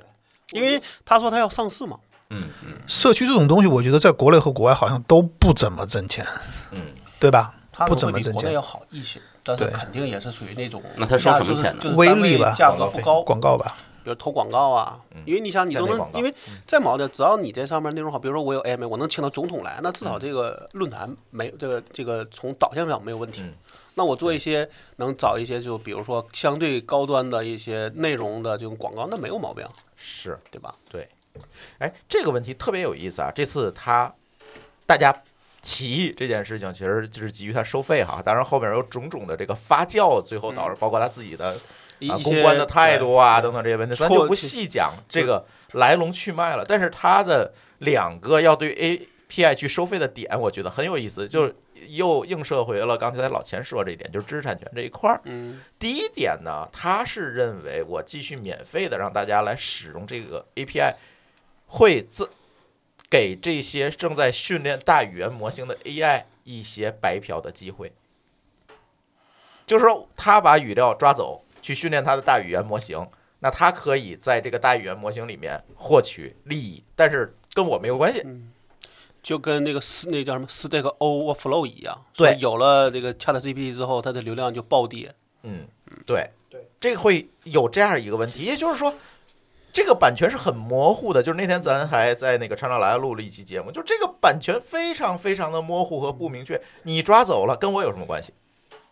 [SPEAKER 4] 因为他说他要上市嘛，
[SPEAKER 1] 嗯
[SPEAKER 2] 社区这种东西，我觉得在国内和国外好像都不怎么挣钱，
[SPEAKER 1] 嗯，
[SPEAKER 2] 对吧？
[SPEAKER 4] 他
[SPEAKER 2] 不
[SPEAKER 4] 可
[SPEAKER 2] 怎
[SPEAKER 4] 能
[SPEAKER 2] 么
[SPEAKER 4] 会比
[SPEAKER 2] 挣
[SPEAKER 4] 国内
[SPEAKER 2] 钱
[SPEAKER 4] 要，好一些，但是
[SPEAKER 2] 对
[SPEAKER 4] 肯定也是属于那种
[SPEAKER 3] 那他收
[SPEAKER 4] 价
[SPEAKER 3] 什么
[SPEAKER 4] 就是
[SPEAKER 3] 钱呢
[SPEAKER 4] 就是
[SPEAKER 2] 微
[SPEAKER 4] 单位
[SPEAKER 2] 利吧
[SPEAKER 4] 价格不高，
[SPEAKER 2] 广告吧，
[SPEAKER 4] 比如投广告啊，因为你想，你
[SPEAKER 1] 站
[SPEAKER 4] 都
[SPEAKER 1] 内广
[SPEAKER 4] 能，
[SPEAKER 1] 告
[SPEAKER 4] 因为再毛的，只要你在上面内容好，比如说我有 AM，我能请到总统来，那至少这个论坛没这个这个从导向上没有问题
[SPEAKER 1] 嗯。
[SPEAKER 4] 那我做一些能找一些，就比如说相对高端的一些内容的这种广告，那没有毛病，
[SPEAKER 1] 是。
[SPEAKER 4] 对吧？
[SPEAKER 1] 对，哎，这个问题特别有意思啊！这次他大家起义这件事情，其实就是基于他收费哈。当然后面有种种的这个发酵，最后导致包括他自己的、
[SPEAKER 4] 嗯一
[SPEAKER 1] 啊
[SPEAKER 4] 一
[SPEAKER 1] 公
[SPEAKER 4] 些
[SPEAKER 1] 关的态
[SPEAKER 4] 对
[SPEAKER 1] 度啊等等这些问题，咱
[SPEAKER 4] 错
[SPEAKER 1] 就不
[SPEAKER 4] 其实
[SPEAKER 1] 细讲这个来龙去脉了。但是他的两个要对 A。P I 去收费的点，我觉得很有意思，就是又映射回了刚才老钱说这一点，就是知识产权这一块儿。
[SPEAKER 4] 嗯，
[SPEAKER 1] 第一点呢，他是认为我继续免费的让大家来使用这个 API，会自给这些正在训练大语言模型的 AI 一些白嫖的机会，就是说他把语料抓走去训练他的大语言模型，那他可以在这个大语言模型里面获取利益，但是跟我没有关系。
[SPEAKER 4] 就跟那个斯那叫什么斯那个 Overflow 一样，
[SPEAKER 1] 对
[SPEAKER 4] 说有了这个 Chat GPT 之后，它的流量就暴跌。
[SPEAKER 1] 嗯，对，对，这个会有这样一个问题，也就是说，这个版权是很模糊的。就是那天咱还在那个唱唱来录了一期节目，就这个版权非常非常的模糊和不明确，你抓走了跟我有什么关系？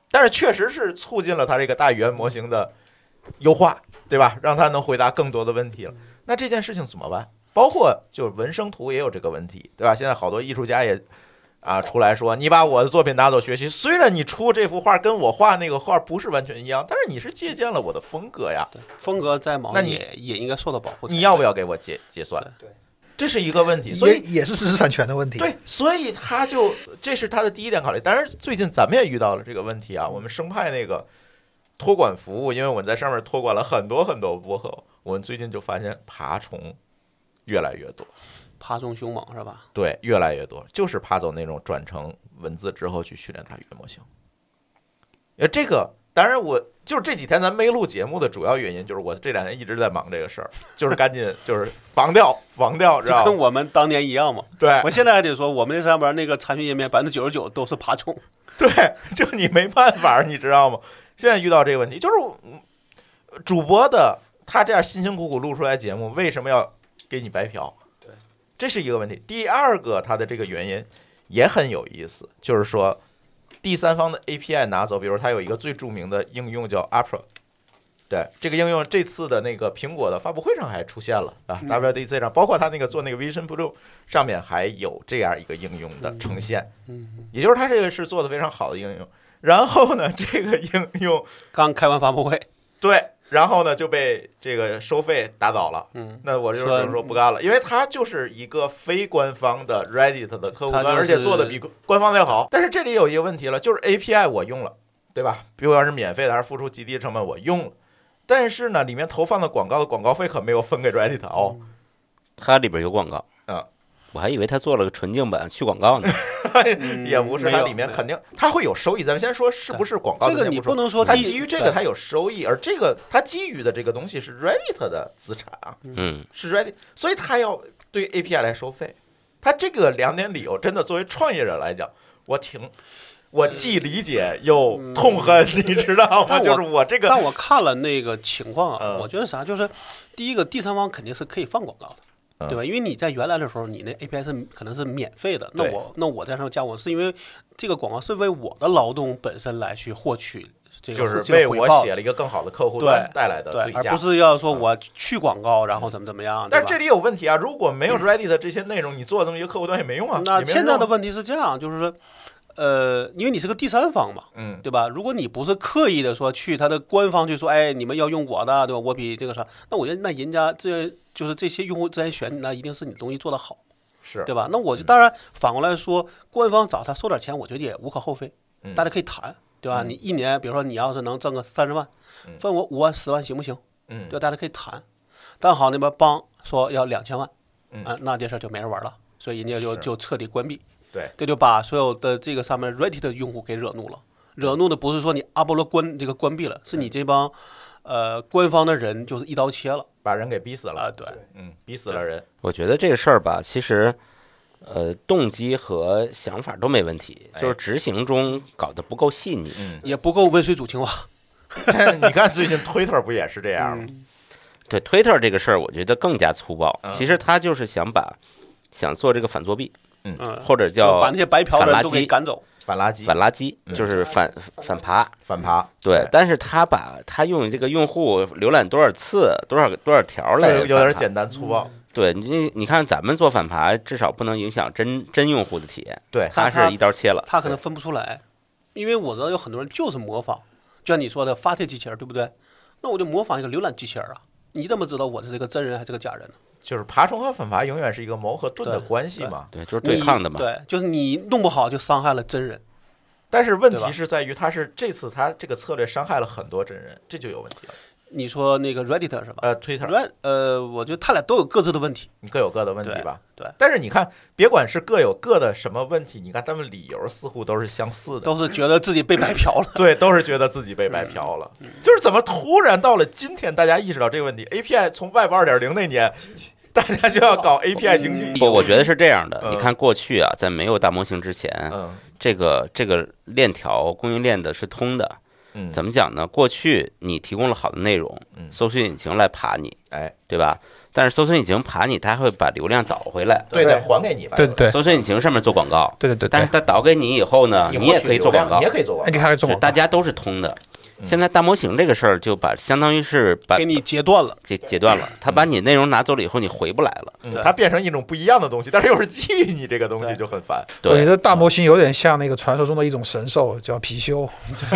[SPEAKER 1] 但是确实是促进了它这个大语言模型的优化，对吧？让它能回答更多的问题了。那这件事情怎么办？包括就是文生图也有这个问题，对吧？现在好多艺术家也啊出来说，你把我的作品拿走学习，虽然你出这幅画跟我画那个画不是完全一样，但是你是借鉴了我的风格呀，
[SPEAKER 4] 对，风格在毛
[SPEAKER 1] 那
[SPEAKER 4] 也
[SPEAKER 1] 你
[SPEAKER 4] 也应该受到保护才对。
[SPEAKER 1] 你要不要给我结结算？
[SPEAKER 2] 对对，
[SPEAKER 1] 这是一个问题，所
[SPEAKER 2] 也
[SPEAKER 1] 以。
[SPEAKER 2] 也是知识产权的问题。，
[SPEAKER 1] 对，所以他就这是他的第一点考虑。当然，最近咱们也遇到了这个问题啊。我们生派那个托管服务，因为我们在上面托管了很多很多播客，我们最近就发现爬虫越来越多。
[SPEAKER 4] 爬虫凶猛是吧？
[SPEAKER 1] 对，越来越多，就是怕走那种转成文字之后去训练大语言模型。呃，这个当然我就是这几天咱没录节目的主要原因，就是我这两天一直在忙这个事儿，就是赶紧就是防掉防掉，知
[SPEAKER 4] 就
[SPEAKER 1] 道哎
[SPEAKER 4] 跟
[SPEAKER 1] 吗？
[SPEAKER 4] 我们当年一样嘛。
[SPEAKER 1] 对
[SPEAKER 4] 我现在还得说，我们那上边那个查询页面百分之九十九都是爬虫，
[SPEAKER 1] 对，就嗯你没办法，你知道吗？现在遇到这个问题，就是我主播的他这样辛辛苦苦录出来节目，为什么要给你白嫖？
[SPEAKER 4] 对，
[SPEAKER 1] 这是一个问题。第二个，它的这个原因也很有意思，就是说第三方的 API 拿走，比如它有一个最著名的应用叫 Opera。对这个应用，这次的那个苹果的发布会上还出现了啊
[SPEAKER 4] 嗯
[SPEAKER 1] ，WDC 上，包括它那个做那个 Vision Pro 上面还有这样一个应用的呈现，
[SPEAKER 4] 嗯，
[SPEAKER 1] 也就是它这个是做的非常好的应用。然后呢，这个应用
[SPEAKER 4] 刚开完发布会，
[SPEAKER 1] 对，然后呢就被这个收费打倒了。
[SPEAKER 4] 嗯，
[SPEAKER 1] 那我就是
[SPEAKER 4] 说
[SPEAKER 1] 说不干了，因为它就是一个非官方的 Reddit 的客户端，
[SPEAKER 4] 它就是
[SPEAKER 1] 而且做的比官方的要好。但是这里有一个问题了，就是 API 我用了，对吧？不管是免费的还是付出极低成本，我用了。但是呢，里面投放的广告的广告费可没有分给 Reddit 哦，
[SPEAKER 3] 它里边有广告
[SPEAKER 1] 啊，
[SPEAKER 3] 我还以为它做了个纯净版去广告呢。
[SPEAKER 4] 嗯
[SPEAKER 1] 也不是，它里面
[SPEAKER 4] 没有
[SPEAKER 1] 肯定它会有收益。咱们先说是不是广告，
[SPEAKER 4] 这个
[SPEAKER 1] 咱
[SPEAKER 4] 你
[SPEAKER 1] 先
[SPEAKER 4] 不
[SPEAKER 1] 不说。
[SPEAKER 4] 能说
[SPEAKER 1] 它
[SPEAKER 4] 第
[SPEAKER 1] 基于这个，它有收益，而这个它基于的这个东西是 Reddit 的资产啊。
[SPEAKER 3] 嗯，
[SPEAKER 1] 是 Ready，所以他要对 API 来收费。他这个两点理由，真的作为创业者来讲，我挺，我既理解又痛恨，你知道吗？
[SPEAKER 4] 嗯但我
[SPEAKER 1] 就是我这个
[SPEAKER 4] 但我看了那个情况啊，
[SPEAKER 1] 嗯
[SPEAKER 4] 我觉得啥，就是第一个第三方肯定是可以放广告的，
[SPEAKER 1] 嗯
[SPEAKER 4] 对吧？因为你在原来的时候，你那 API 是可能是免费的，那
[SPEAKER 1] 对
[SPEAKER 4] 我那我在上面加我是因为这个广告是为我的劳动本身来去获取这个
[SPEAKER 1] 就是
[SPEAKER 4] 这
[SPEAKER 1] 为
[SPEAKER 4] 个回
[SPEAKER 1] 我
[SPEAKER 4] 报的
[SPEAKER 1] 写了一个更好的客户端带来的
[SPEAKER 4] 对，而
[SPEAKER 1] 价嗯
[SPEAKER 4] 不。是要说我去广告然后怎么怎么样，
[SPEAKER 1] 但是
[SPEAKER 4] 对吧
[SPEAKER 1] 这里有问题啊！如果没有 Ready 的这些内容，你做的东西客户端也没用啊。
[SPEAKER 4] 嗯那
[SPEAKER 1] 也没人
[SPEAKER 4] 现在的
[SPEAKER 1] 用啊
[SPEAKER 4] 问题是这样，就是说，呃，因为你是个第三方嘛，
[SPEAKER 1] 嗯，
[SPEAKER 4] 对吧？如果你不是刻意的说去他的官方去说，哎，你们要用我的，对吧？我比这个啥，那我觉得那人家这就是这些用户之前选你，那一定是你东西做得好，
[SPEAKER 1] 是嗯
[SPEAKER 4] 对吧？那我就当然反过来说，官方找他收点钱，我觉得也无可厚非
[SPEAKER 1] 嗯，
[SPEAKER 4] 大家可以谈，对吧？你一年，比如说你要是能挣个三十万，分我五万、十万行不行？
[SPEAKER 1] 嗯
[SPEAKER 4] 对，大家可以谈。但好那边帮说要两千万，
[SPEAKER 1] 嗯
[SPEAKER 4] 啊，那这事儿就没人玩了，所以人家就是就彻底关闭。
[SPEAKER 1] 对，
[SPEAKER 4] 这就把所有的这个上面 Reddit 的用户给惹怒了。惹怒的不是说你阿波罗关这个关闭了，是你这帮呃官方的人就是一刀切了
[SPEAKER 1] 把人给逼死
[SPEAKER 4] 啊、
[SPEAKER 1] 了，
[SPEAKER 4] 对，。
[SPEAKER 1] 嗯，逼死了人，
[SPEAKER 3] 我觉得这个事儿吧，其实，呃，动机和想法都没问题，
[SPEAKER 1] 哎
[SPEAKER 3] 就是执行中搞得不够细腻。
[SPEAKER 1] 嗯
[SPEAKER 4] 也不够温水煮青蛙。
[SPEAKER 1] 你看最近 Twitter 不也是这样吗？
[SPEAKER 3] 对 Twitter 这个事儿，我觉得更加粗暴
[SPEAKER 1] 嗯。
[SPEAKER 3] 其实他就是想把想做这个反作弊，
[SPEAKER 4] 嗯，
[SPEAKER 3] 或者
[SPEAKER 4] 就
[SPEAKER 3] 叫
[SPEAKER 4] 把那些白嫖的
[SPEAKER 3] 反
[SPEAKER 4] 人
[SPEAKER 3] 垃
[SPEAKER 4] 都给
[SPEAKER 3] 圾
[SPEAKER 4] 赶走。
[SPEAKER 1] 反垃圾、
[SPEAKER 3] 反垃圾，
[SPEAKER 1] 嗯
[SPEAKER 3] 就是反反爬。
[SPEAKER 1] 反爬，
[SPEAKER 3] 对，但是他把他用这个用户浏览多少次、多少多少条来
[SPEAKER 1] 这有点
[SPEAKER 3] 反爬
[SPEAKER 1] 简单粗
[SPEAKER 4] 嗯
[SPEAKER 1] 暴。
[SPEAKER 3] 对你，你看咱们做反爬，至少不能影响真真用户的体验。
[SPEAKER 1] 对
[SPEAKER 4] 他
[SPEAKER 3] 他
[SPEAKER 4] 他
[SPEAKER 3] 是一刀切了。
[SPEAKER 4] 他可能分不出来，因为我知道有很多人就是模仿，就像你说的发帖机器人，对不对？那我就模仿一个浏览机器人啊，你怎么知道我这是个真人还是个假人呢？
[SPEAKER 1] 就是爬虫和反爬永远是一个矛和盾的
[SPEAKER 4] 对
[SPEAKER 1] 关系嘛。
[SPEAKER 3] 对，就是对抗的嘛
[SPEAKER 4] 你。对，就是你弄不好就伤害了真人。
[SPEAKER 1] 但是问
[SPEAKER 4] 对
[SPEAKER 1] 题
[SPEAKER 4] 吧
[SPEAKER 1] 是在于，他是这次他这个策略伤害了很多真人，这就有问题了。
[SPEAKER 4] 你说那个 Reddit 是吧
[SPEAKER 1] 呃，Twitter
[SPEAKER 4] ？Red 呃，我觉得他俩都有各自的问题。
[SPEAKER 1] 你各有各的问题吧。
[SPEAKER 4] 对对
[SPEAKER 1] 但是你看，别管是各有各的什么问题，你看他们理由似乎都是相似的，
[SPEAKER 4] 都是觉得自己被白嫖了。
[SPEAKER 1] 对，都是觉得自己被白嫖了。
[SPEAKER 4] 嗯
[SPEAKER 1] 就是怎么突然到了今天，大家意识到这个问题？API 从 Web 二点零那年，大家就要
[SPEAKER 4] 哦
[SPEAKER 1] 搞 API 经
[SPEAKER 4] 嗯
[SPEAKER 1] 济。
[SPEAKER 3] 不，我觉得是这样的。
[SPEAKER 1] 嗯
[SPEAKER 3] 你看过去啊，在没有大模型之前，
[SPEAKER 1] 嗯
[SPEAKER 3] 这个这个链条供应链的是通的。
[SPEAKER 1] 嗯，
[SPEAKER 3] 怎么讲呢？过去你提供了好的内容
[SPEAKER 1] 嗯，
[SPEAKER 3] 搜索引擎来爬你，
[SPEAKER 1] 哎，
[SPEAKER 3] 对吧？但是搜索引擎爬你，它还会把流量导回来。
[SPEAKER 1] 对
[SPEAKER 2] 对
[SPEAKER 1] 的，还给你吧。
[SPEAKER 2] 对对
[SPEAKER 3] 搜索引擎上面做广告，
[SPEAKER 2] 对对对
[SPEAKER 3] 但
[SPEAKER 2] 对
[SPEAKER 3] 是，它导给你以后呢，
[SPEAKER 1] 你
[SPEAKER 3] 啊你也
[SPEAKER 1] 获取
[SPEAKER 3] 可以做
[SPEAKER 1] 流量
[SPEAKER 3] 广告
[SPEAKER 1] 你也。可以做广告。
[SPEAKER 2] 哎，
[SPEAKER 1] 嗯
[SPEAKER 2] 给他个中
[SPEAKER 3] 是
[SPEAKER 2] 文
[SPEAKER 3] 大家都是通的。现在大模型这个事儿就把相当于是把
[SPEAKER 4] 给你嗯截断了，
[SPEAKER 3] 截截断了，它把你内容拿走了以后，你回不来了。
[SPEAKER 1] 嗯
[SPEAKER 4] 对
[SPEAKER 1] 它变成一种不一样的东西，但是又是基于你这个东西
[SPEAKER 4] 对
[SPEAKER 1] 就很烦。
[SPEAKER 2] 我觉
[SPEAKER 3] 对，
[SPEAKER 2] 得大模型有点像那个传说中的一种神兽，叫貔貅，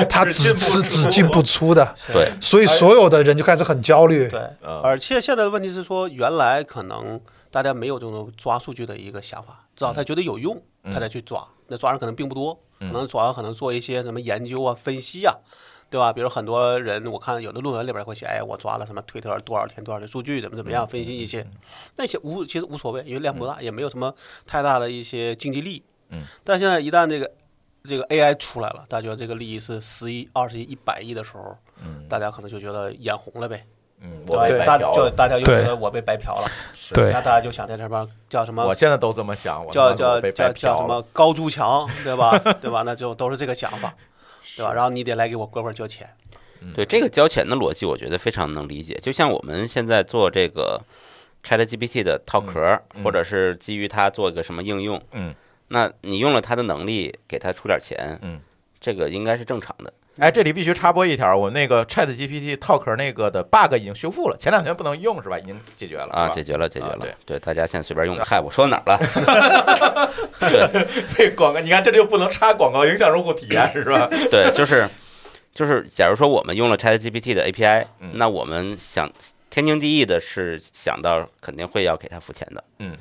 [SPEAKER 2] 它只只只进不出的，
[SPEAKER 3] 对，
[SPEAKER 2] 所以
[SPEAKER 4] 哎
[SPEAKER 2] 所有的人就开始很焦虑。
[SPEAKER 4] 对，
[SPEAKER 1] 嗯
[SPEAKER 4] 而且现在的问题是说，原来可能大家没有这种抓数据的一个想法，至少
[SPEAKER 1] 嗯
[SPEAKER 4] 他觉得有用，他才去抓。那抓人可能并不多，可能抓人可能做一些什么研究啊、分析啊，对吧？比如很多人，我看有的论文里边会写，哎，我抓了什么推特多少天多少的数据，怎么怎
[SPEAKER 1] 嗯
[SPEAKER 4] 么样，分析一些，那些无其实无所谓，因为量不大，也没有什么太大的一些经济利益。
[SPEAKER 1] 嗯，
[SPEAKER 4] 但现在一旦这个这个 AI 出来了，大家觉得这个利益是十亿、二十亿、一百亿的时候，
[SPEAKER 1] 嗯
[SPEAKER 4] 大家可能就觉得眼红了呗。
[SPEAKER 1] 嗯，我被
[SPEAKER 4] 对，
[SPEAKER 1] 白
[SPEAKER 4] 大
[SPEAKER 1] 嫖
[SPEAKER 4] 就
[SPEAKER 1] 了。
[SPEAKER 4] 大家就
[SPEAKER 2] 对
[SPEAKER 4] 觉得我被白嫖了，
[SPEAKER 2] 对
[SPEAKER 4] 那大家就想在这边叫什
[SPEAKER 1] 我
[SPEAKER 4] 么
[SPEAKER 1] 现在都这么想，我
[SPEAKER 4] 叫
[SPEAKER 1] 他妈
[SPEAKER 4] 叫
[SPEAKER 1] 我被
[SPEAKER 4] 叫
[SPEAKER 1] 白
[SPEAKER 4] 叫
[SPEAKER 1] 嫖
[SPEAKER 4] 什
[SPEAKER 1] 了。
[SPEAKER 4] 么 高筑墙，对吧？对吧？那就都是这个想法，对吧？然后你得来给我乖乖交钱，
[SPEAKER 1] 嗯
[SPEAKER 3] 对这个交钱的逻辑，我觉得非常能理解。就像我们现在做这个 ChatGPT 的套壳儿，或者是基于它做一个什么应用，
[SPEAKER 1] 嗯，
[SPEAKER 3] 那你用了它的能力，给它出点钱，
[SPEAKER 1] 嗯，
[SPEAKER 3] 这个应该是正常的。
[SPEAKER 1] 哎，这里必须插播一条，我那个 Chat GPT Talk 那个的 bug 已经修复了，前两天不能用是吧？已经解决了
[SPEAKER 3] 啊，
[SPEAKER 1] 是吧
[SPEAKER 3] 解决了，解决
[SPEAKER 1] 啊
[SPEAKER 3] 了。对，大家现在随便用。嗨，我说哪儿了？
[SPEAKER 1] 这广告，你看这就不能插广告，影响用户体验是 吧？
[SPEAKER 3] 对，就是就是，假如说我们用了 ChatGPT 的 API，、
[SPEAKER 1] 嗯
[SPEAKER 3] 那我们想天经地义的是想到肯定会要给他付钱的。
[SPEAKER 1] 嗯，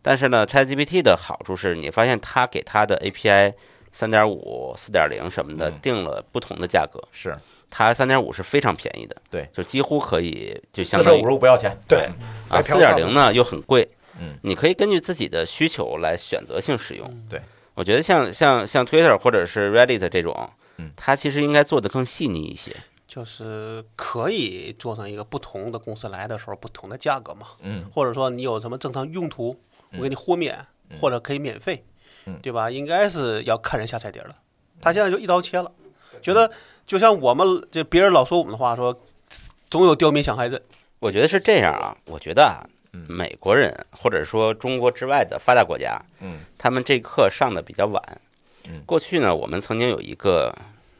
[SPEAKER 3] 但是呢，ChatGPT 的好处是你发现它给它的 API 三点五、四点零什么的
[SPEAKER 1] 嗯
[SPEAKER 3] 定了不同的价格，
[SPEAKER 1] 是
[SPEAKER 3] 它三点五是非常便宜的，
[SPEAKER 1] 对，
[SPEAKER 3] 就几乎可以就相
[SPEAKER 1] 四
[SPEAKER 3] 当
[SPEAKER 1] 舍
[SPEAKER 3] 于
[SPEAKER 1] 五入不要钱，
[SPEAKER 2] 对，
[SPEAKER 3] 啊，
[SPEAKER 2] 来
[SPEAKER 3] 四
[SPEAKER 2] 嫖
[SPEAKER 3] 点
[SPEAKER 2] 娼
[SPEAKER 3] 零呢又很贵，
[SPEAKER 1] 嗯，
[SPEAKER 3] 你可以根据自己的需求来选择性使用。
[SPEAKER 1] 对，
[SPEAKER 3] 我觉得像像像 Twitter 或者是 Reddit 这种
[SPEAKER 1] 嗯，
[SPEAKER 3] 它其实应该做的更细腻一些。
[SPEAKER 4] 就是可以做成一个不同的公司来的时候不同的价格嘛，
[SPEAKER 1] 嗯，
[SPEAKER 4] 或者说你有什么正常用途，我给你豁免，或者可以免费，
[SPEAKER 1] 嗯
[SPEAKER 4] 对吧？应该是要看人下菜碟儿了。他现在就一刀切了，觉得就像我们这别人老说我们的话，说总有刁民想害朕，
[SPEAKER 3] 我觉得是这样啊，我觉得啊，美国人或者说中国之外的发达国家，
[SPEAKER 1] 嗯，
[SPEAKER 3] 他们这课上的比较晚。
[SPEAKER 1] 嗯
[SPEAKER 3] 过去呢，我们曾经有一个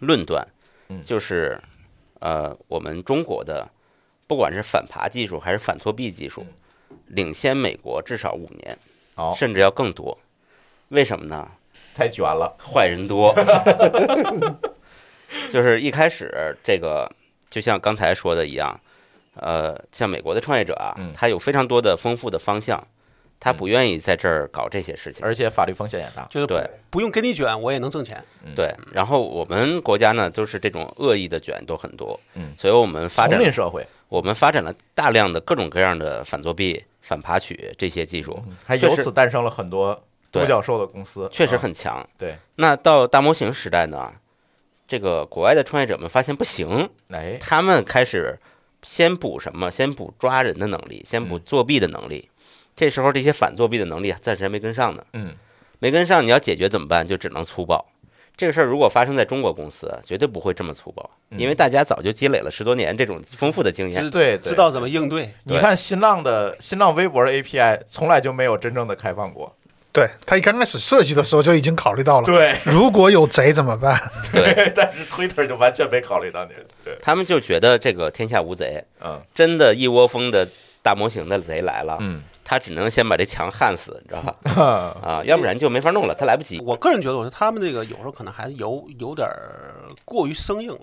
[SPEAKER 3] 论断，
[SPEAKER 1] 嗯
[SPEAKER 3] 就是呃，我们中国的不管是反扒技术还是反作弊技术，领先美国至少五年，
[SPEAKER 1] 嗯好，
[SPEAKER 3] 甚至要更多。为什么呢？
[SPEAKER 1] 太卷了，
[SPEAKER 3] 坏 人多。就是一开始这个，就像刚才说的一样，呃，像美国的创业者啊
[SPEAKER 1] 嗯，
[SPEAKER 3] 他有非常多的丰富的方向，他不愿意在这儿搞这些事情。
[SPEAKER 1] 而且法律风险也大，嗯
[SPEAKER 4] 就是不
[SPEAKER 3] 对
[SPEAKER 4] 不用跟你卷，我也能挣钱。
[SPEAKER 3] 对，然后我们国家呢，就是这种恶意的卷都很多，
[SPEAKER 1] 嗯
[SPEAKER 3] 所以我们发
[SPEAKER 1] 丛
[SPEAKER 3] 展
[SPEAKER 1] 林社会，
[SPEAKER 3] 我们发展了大量的各种各样的反作弊、反爬取这些技术，
[SPEAKER 1] 还由此诞生了很多独
[SPEAKER 3] 对
[SPEAKER 1] 角兽的公司，
[SPEAKER 3] 确实
[SPEAKER 1] 啊
[SPEAKER 3] 很强。
[SPEAKER 1] 对，
[SPEAKER 3] 那到大模型时代呢，这个国外的创业者们发现不行，
[SPEAKER 1] 哎，
[SPEAKER 3] 他们开始先补什么？先补抓人的能力，先补
[SPEAKER 1] 嗯
[SPEAKER 3] 作弊的能力。这时候这些反作弊的能力啊暂时还没跟上呢，
[SPEAKER 1] 嗯，
[SPEAKER 3] 没跟上，你要解决怎么办？就只能粗暴。这个事儿如果发生在中国公司啊，绝对不会这么粗暴，
[SPEAKER 2] 嗯
[SPEAKER 3] 因为大家早就积累了十多年这种丰富的经验。
[SPEAKER 4] 知
[SPEAKER 1] 对，对
[SPEAKER 4] 嗯知道怎么应对，
[SPEAKER 1] 你看新浪的新浪微博的 API 从来就没有真正的开放 过，
[SPEAKER 2] 对他一刚开始设计的时候就已经考虑到了，
[SPEAKER 1] 对，
[SPEAKER 2] 如果有贼怎么办？
[SPEAKER 3] 对
[SPEAKER 1] 但是 Twitter 就完全没考虑到你，对，
[SPEAKER 3] 他们就觉得这个天下无贼，
[SPEAKER 1] 嗯
[SPEAKER 3] 真的一窝蜂的大模型的贼来了，
[SPEAKER 1] 嗯
[SPEAKER 3] 他只能先把这墙焊死，你知道吧？
[SPEAKER 1] 啊
[SPEAKER 3] 啊，要不然就没法弄了，他来不及。
[SPEAKER 4] 我个人觉得，我说他们这个有时候可能还是有有点儿过于生硬了。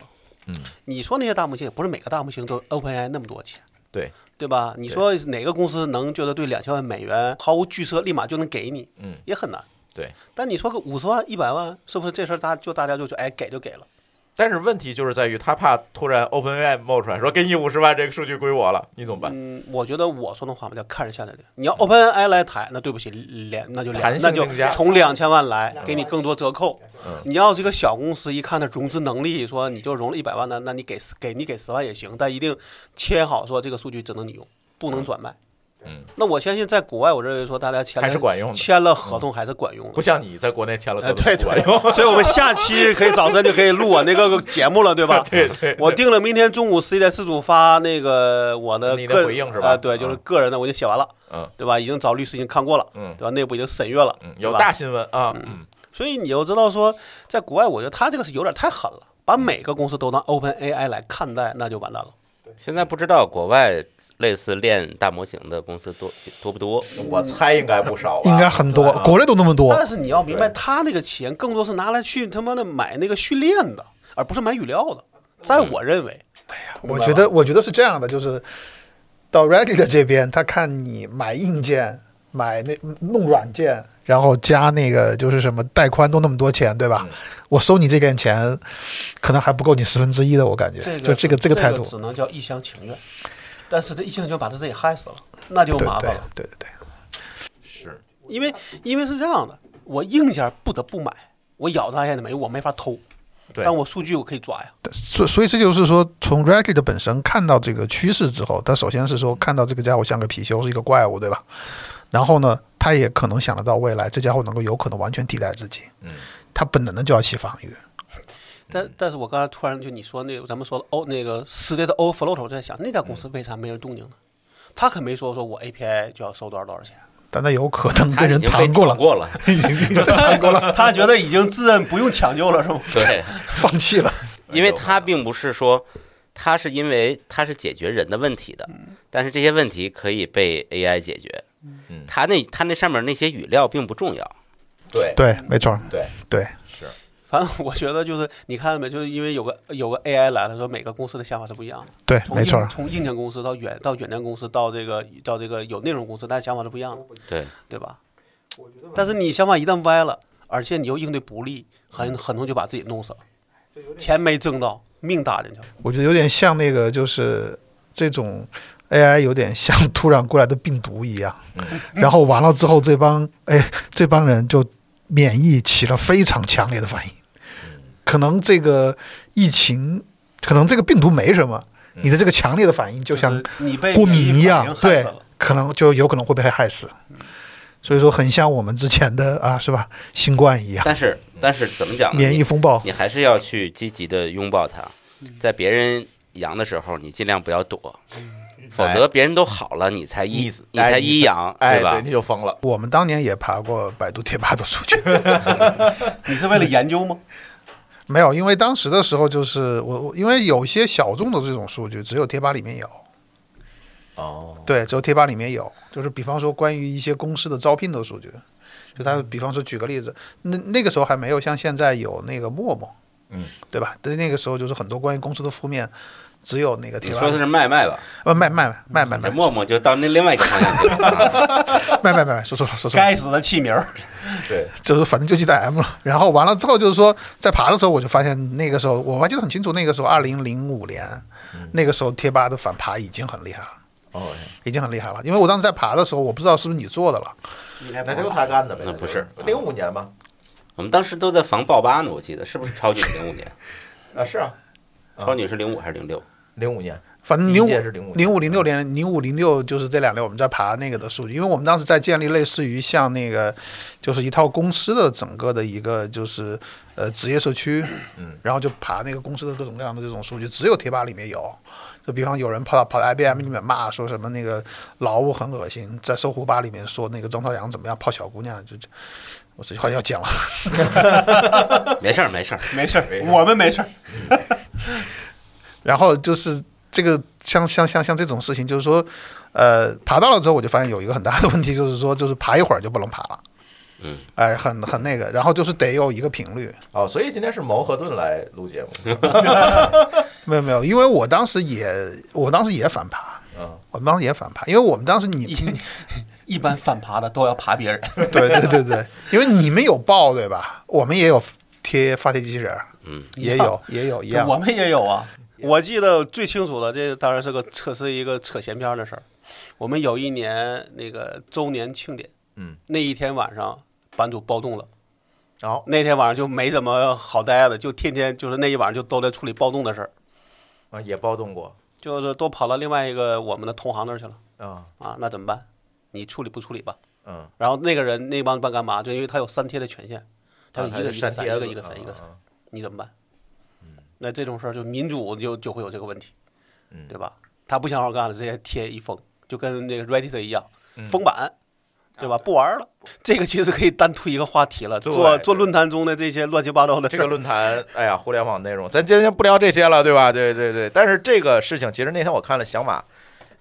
[SPEAKER 1] 嗯，
[SPEAKER 4] 你说那些大模型，也不是每个大模型都 OpenAI 那么多钱，
[SPEAKER 1] 对
[SPEAKER 4] 对吧？你说哪个公司能觉得对两千万美元毫无惧色，立马就能给你？
[SPEAKER 1] 嗯，
[SPEAKER 4] 也很难。
[SPEAKER 1] 对，
[SPEAKER 4] 但你说个五十万、一百万，是不是这事儿大就大家就说，哎，给就给了？
[SPEAKER 1] 但是问题就是在于他怕突然 OpenAI 冒出来说给你五十万，这个数据归我了，你怎么办？
[SPEAKER 4] 嗯，我觉得我说那话嘛叫看人下来的。你要 OpenAI 来抬，那对不起，两那就
[SPEAKER 1] 嗯
[SPEAKER 4] 两
[SPEAKER 1] 弹性
[SPEAKER 4] 那就
[SPEAKER 1] 定价
[SPEAKER 4] 从两千万来，给你更多折扣。
[SPEAKER 1] 嗯
[SPEAKER 4] 你要是一个小公司，一看它融资能力，说你就融了一百万呢，那你给给你给十万也行，但一定签好说这个数据只能你用，不能转卖。
[SPEAKER 1] 嗯，
[SPEAKER 4] 那我相信在国外，我认为说大家签了
[SPEAKER 1] 还是管用的
[SPEAKER 4] 签了合同还是管用的。
[SPEAKER 1] 不像你在国内签了合
[SPEAKER 4] 呃，
[SPEAKER 1] 同，
[SPEAKER 4] 对
[SPEAKER 1] 我
[SPEAKER 4] 对
[SPEAKER 1] 用，
[SPEAKER 4] 所以我们下期可以早晨就可以录我那个节目 了，对吧？
[SPEAKER 1] 对对，
[SPEAKER 4] 我定了明天中午十一点四十五发那个我的
[SPEAKER 1] 你的
[SPEAKER 4] 个
[SPEAKER 1] 回应是吧
[SPEAKER 4] 呃对，就是个人的，我已经写完了，
[SPEAKER 1] 嗯
[SPEAKER 4] 对吧？已经找律师已经看过了，
[SPEAKER 1] 嗯
[SPEAKER 4] 对吧？内部已经审阅了，
[SPEAKER 1] 嗯，
[SPEAKER 4] 对
[SPEAKER 1] 有
[SPEAKER 4] 吧
[SPEAKER 1] 大新闻啊，嗯
[SPEAKER 4] 所以你就知道说，在国外，我觉得他这个是有点太狠了，把每个公司都当 Open AI 来看待，那就完蛋了。
[SPEAKER 3] 现在不知道国外类似练大模型的公司多多不多？
[SPEAKER 1] 嗯我猜应该不少吧，
[SPEAKER 2] 应该很多
[SPEAKER 1] 对，啊
[SPEAKER 2] 国内都那么多。
[SPEAKER 4] 但是你要明白，他那个钱更多是拿来去他妈的买那个训练的，而不是买语料的。在
[SPEAKER 1] 嗯
[SPEAKER 4] 我认为，
[SPEAKER 2] 我觉得，我觉得是这样的，就是到 Reddit 这边，他看你买硬件、买那弄软件，然后加那个就是什么带宽都那么多钱，对
[SPEAKER 4] 嗯
[SPEAKER 2] 吧？我收你这点钱，可能还不够你十分之一的，我感觉，
[SPEAKER 4] 这个
[SPEAKER 2] 就这个
[SPEAKER 4] 这
[SPEAKER 2] 个态度，
[SPEAKER 4] 只能叫一厢情愿。但是这一厢情愿把他自己害死了，那就
[SPEAKER 2] 对
[SPEAKER 4] 麻
[SPEAKER 2] 对
[SPEAKER 4] 烦了。
[SPEAKER 2] 对对对，
[SPEAKER 1] 是，
[SPEAKER 4] 因为因为是这样的，我硬件不得不买，我咬着它也得买，因为我没法偷。
[SPEAKER 1] 对
[SPEAKER 4] 但我数据我可以抓呀。
[SPEAKER 2] 所所以这就是说，从 Reddit 本身看到这个趋势之后，他首先是说看到这个家伙像个貔貅，是一个怪物，对吧？然后呢，他也可能想得到未来，这家伙能够有可能完全替代自己，
[SPEAKER 1] 嗯，
[SPEAKER 2] 他本能的就要起防御。
[SPEAKER 4] 但但是我刚才突然就你说那个咱们说的 O 那个死的 O float，我在想那家公司
[SPEAKER 2] 嗯
[SPEAKER 4] 为啥没人动静呢？他可没说说我 API 就要收多少多 少钱，
[SPEAKER 2] 但他有可能
[SPEAKER 3] 他
[SPEAKER 2] 跟
[SPEAKER 3] 已
[SPEAKER 2] 人
[SPEAKER 3] 经被
[SPEAKER 2] 谈过
[SPEAKER 3] 捅
[SPEAKER 2] 了，
[SPEAKER 3] 过 了，
[SPEAKER 2] 已经有谈过了，
[SPEAKER 4] 他觉得已经自认不用抢救了 是吗？
[SPEAKER 3] 对，
[SPEAKER 2] 放弃了。
[SPEAKER 3] 因为他并不是说，他是因为他是解决人的问题的，但是这些问题可以被 AI 解决。
[SPEAKER 1] 嗯
[SPEAKER 3] 他那他那上面那些语料并不重要。
[SPEAKER 1] 对
[SPEAKER 2] 对，没错，
[SPEAKER 1] 对
[SPEAKER 2] 对，
[SPEAKER 1] 是
[SPEAKER 4] 反正我觉得就是你看到没，就是因为有个有个 AI 来了，说每个公司的想法是不一样的。
[SPEAKER 2] 对，
[SPEAKER 4] 从
[SPEAKER 2] 没错
[SPEAKER 4] 硬，从硬件公司到远到软件公司到这个到这个有内容公司，大家想法是不一样的，
[SPEAKER 3] 对，
[SPEAKER 4] 对吧？但是你想法一旦歪了，而且你又应对不利，很很容易就把自己弄死了，钱没挣到，命搭进去了。
[SPEAKER 2] 我觉得有点像那个，就是这种 AI 有点像 突然过来的病毒一样， 然后完了之后，这帮哎这帮人就免疫起了非常强烈的反应。可能这个疫情，可能这个病毒没什么，你的这个强烈的反应就像
[SPEAKER 4] 是你被
[SPEAKER 2] 过敏一
[SPEAKER 4] 反
[SPEAKER 2] 样
[SPEAKER 4] 应，害
[SPEAKER 2] 对
[SPEAKER 4] 死了，
[SPEAKER 2] 可能就有可能会被害死。所以说，很像我们之前的啊，是吧？新冠一样，
[SPEAKER 3] 但是
[SPEAKER 1] 嗯
[SPEAKER 3] 但是怎么讲呢？
[SPEAKER 2] 免疫
[SPEAKER 3] 你
[SPEAKER 2] 风暴。
[SPEAKER 3] 你还是要去积极的拥抱它，在别人阳的时候，你尽量不要躲，
[SPEAKER 1] 嗯
[SPEAKER 3] 否则别人都好了，你才一
[SPEAKER 1] 你
[SPEAKER 3] 你
[SPEAKER 1] 哎
[SPEAKER 3] 才
[SPEAKER 1] 你
[SPEAKER 3] 一阳，
[SPEAKER 1] 哎，
[SPEAKER 3] 吧
[SPEAKER 1] 对，？你就疯了。
[SPEAKER 2] 我们当年也爬过百度贴吧的数据，
[SPEAKER 4] 你是为了研究吗？
[SPEAKER 2] 没有，因为当时的时候就是我，我因为有些小众的这种数据，只有贴吧里面有，
[SPEAKER 1] 哦，
[SPEAKER 2] 对，只有贴吧里面有，就是比方说关于一些公司的招聘的数据，就他比方说举个例子，那那个时候还没有像现在有那个陌陌，
[SPEAKER 1] 嗯，
[SPEAKER 2] 对吧？但那个时候就是很多关于公司的负面，只有那个
[SPEAKER 3] 你
[SPEAKER 2] 贴吧
[SPEAKER 3] 说的，是卖卖吧？
[SPEAKER 2] 呃，卖卖卖卖卖卖
[SPEAKER 3] 这陌陌就到那另外一个方向去 了。啊
[SPEAKER 2] 卖卖卖，说错了，说错了，
[SPEAKER 4] 该死的器名儿，
[SPEAKER 1] 对，
[SPEAKER 2] 就是反正就记得 M 了。然后完了之后就是说，在爬的时候我就发现那个时候我还记得很清楚，那个时候二零零五年，那个时候贴吧的反爬已经很厉害了。
[SPEAKER 1] 哦，
[SPEAKER 2] 已经很厉害了。因为我当时在爬的时候，我不知道是不是你做的了。
[SPEAKER 1] 那就是他干的呗。
[SPEAKER 3] 那不是
[SPEAKER 1] 零五年吗？
[SPEAKER 3] 我们当时都在防爆吧呢，我记得是不是超女零五年？
[SPEAKER 1] 啊，是啊，啊
[SPEAKER 3] 超女是零五还是零六？
[SPEAKER 1] 零五年，
[SPEAKER 2] 反
[SPEAKER 1] 第
[SPEAKER 2] 正
[SPEAKER 4] 嗯
[SPEAKER 2] 零
[SPEAKER 1] 一
[SPEAKER 2] 五
[SPEAKER 1] 届是05
[SPEAKER 2] 零五零六嗯年、零五零六就是这两年我们在爬那个的数据，因为我们当时在建立类似于像那个，就是一套公司的整个的一个就是呃职业社区，嗯，然后就爬那个公司的各种各样的这种数据，只有贴吧里面有。就比方有人跑到跑到 IBM 里面骂说什么那个劳务很恶心，在搜狐吧里面说那个张朝阳怎么样泡小姑娘，就就我这句话要剪了。
[SPEAKER 3] 没事儿，没事儿。
[SPEAKER 4] 没事儿
[SPEAKER 1] 没事，儿
[SPEAKER 4] 我们没事儿。
[SPEAKER 2] 然后就是这个像像像像这种事情，就是说，呃，爬到了之后，我就发现有一个很大的问题，就是说，就是爬一会儿就不能爬了，
[SPEAKER 3] 嗯，
[SPEAKER 2] 哎，很很那个，然后就是得有一个频率，
[SPEAKER 1] 哦，所以今天是毛和盾来录节目。
[SPEAKER 4] 嗯
[SPEAKER 2] 没有没有，因为我当时也我当时也反爬，
[SPEAKER 1] 嗯，
[SPEAKER 2] 我们当时也反爬，因为我们当时 你
[SPEAKER 4] 一般反爬的都要爬别人，
[SPEAKER 2] 对对对对，因为你们有报对吧？我们也有贴发帖机器人，
[SPEAKER 3] 嗯，
[SPEAKER 2] 也有也有一样，
[SPEAKER 4] 我们也有啊。我记得最清楚的，这当然是个扯是一个扯闲篇儿的事儿。我们有一年那个周年庆典，
[SPEAKER 1] 嗯，
[SPEAKER 4] 那一天晚上版主暴动了，
[SPEAKER 1] 然后
[SPEAKER 4] 那天晚上就没怎么好待的，就天天就是那一晚上就都在处理暴动的事儿，
[SPEAKER 1] 啊，也暴动过
[SPEAKER 4] 就是都跑到另外一个我们的同行那儿去了
[SPEAKER 1] 啊，
[SPEAKER 4] 啊，那怎么办？你处理不处理吧？
[SPEAKER 1] 嗯，
[SPEAKER 4] 然后那个人那帮帮干嘛？就因为他有删帖的权限，他有一
[SPEAKER 1] 还
[SPEAKER 4] 个
[SPEAKER 1] 是
[SPEAKER 4] 一个
[SPEAKER 1] 删
[SPEAKER 4] 删，
[SPEAKER 1] 帖子
[SPEAKER 4] 一个一个删，一个删。
[SPEAKER 1] 嗯
[SPEAKER 4] 你怎么办？那这种事儿就民主就就会有这个问题，
[SPEAKER 1] 嗯
[SPEAKER 4] 对吧？他不想好干了，直接贴一封，就跟那个 Reddit 一样，
[SPEAKER 1] 嗯
[SPEAKER 4] 封版，啊对吧？不玩了。这个其实可以单独一个话题了，
[SPEAKER 1] 对
[SPEAKER 4] 做做论坛中的这些乱七八糟的
[SPEAKER 1] 这
[SPEAKER 4] 事
[SPEAKER 1] 个
[SPEAKER 4] 儿。
[SPEAKER 1] 论坛，哎呀，互联网内容，咱今天不聊这些了，对吧？对对对，但是这个事情，其实那天我看了小马，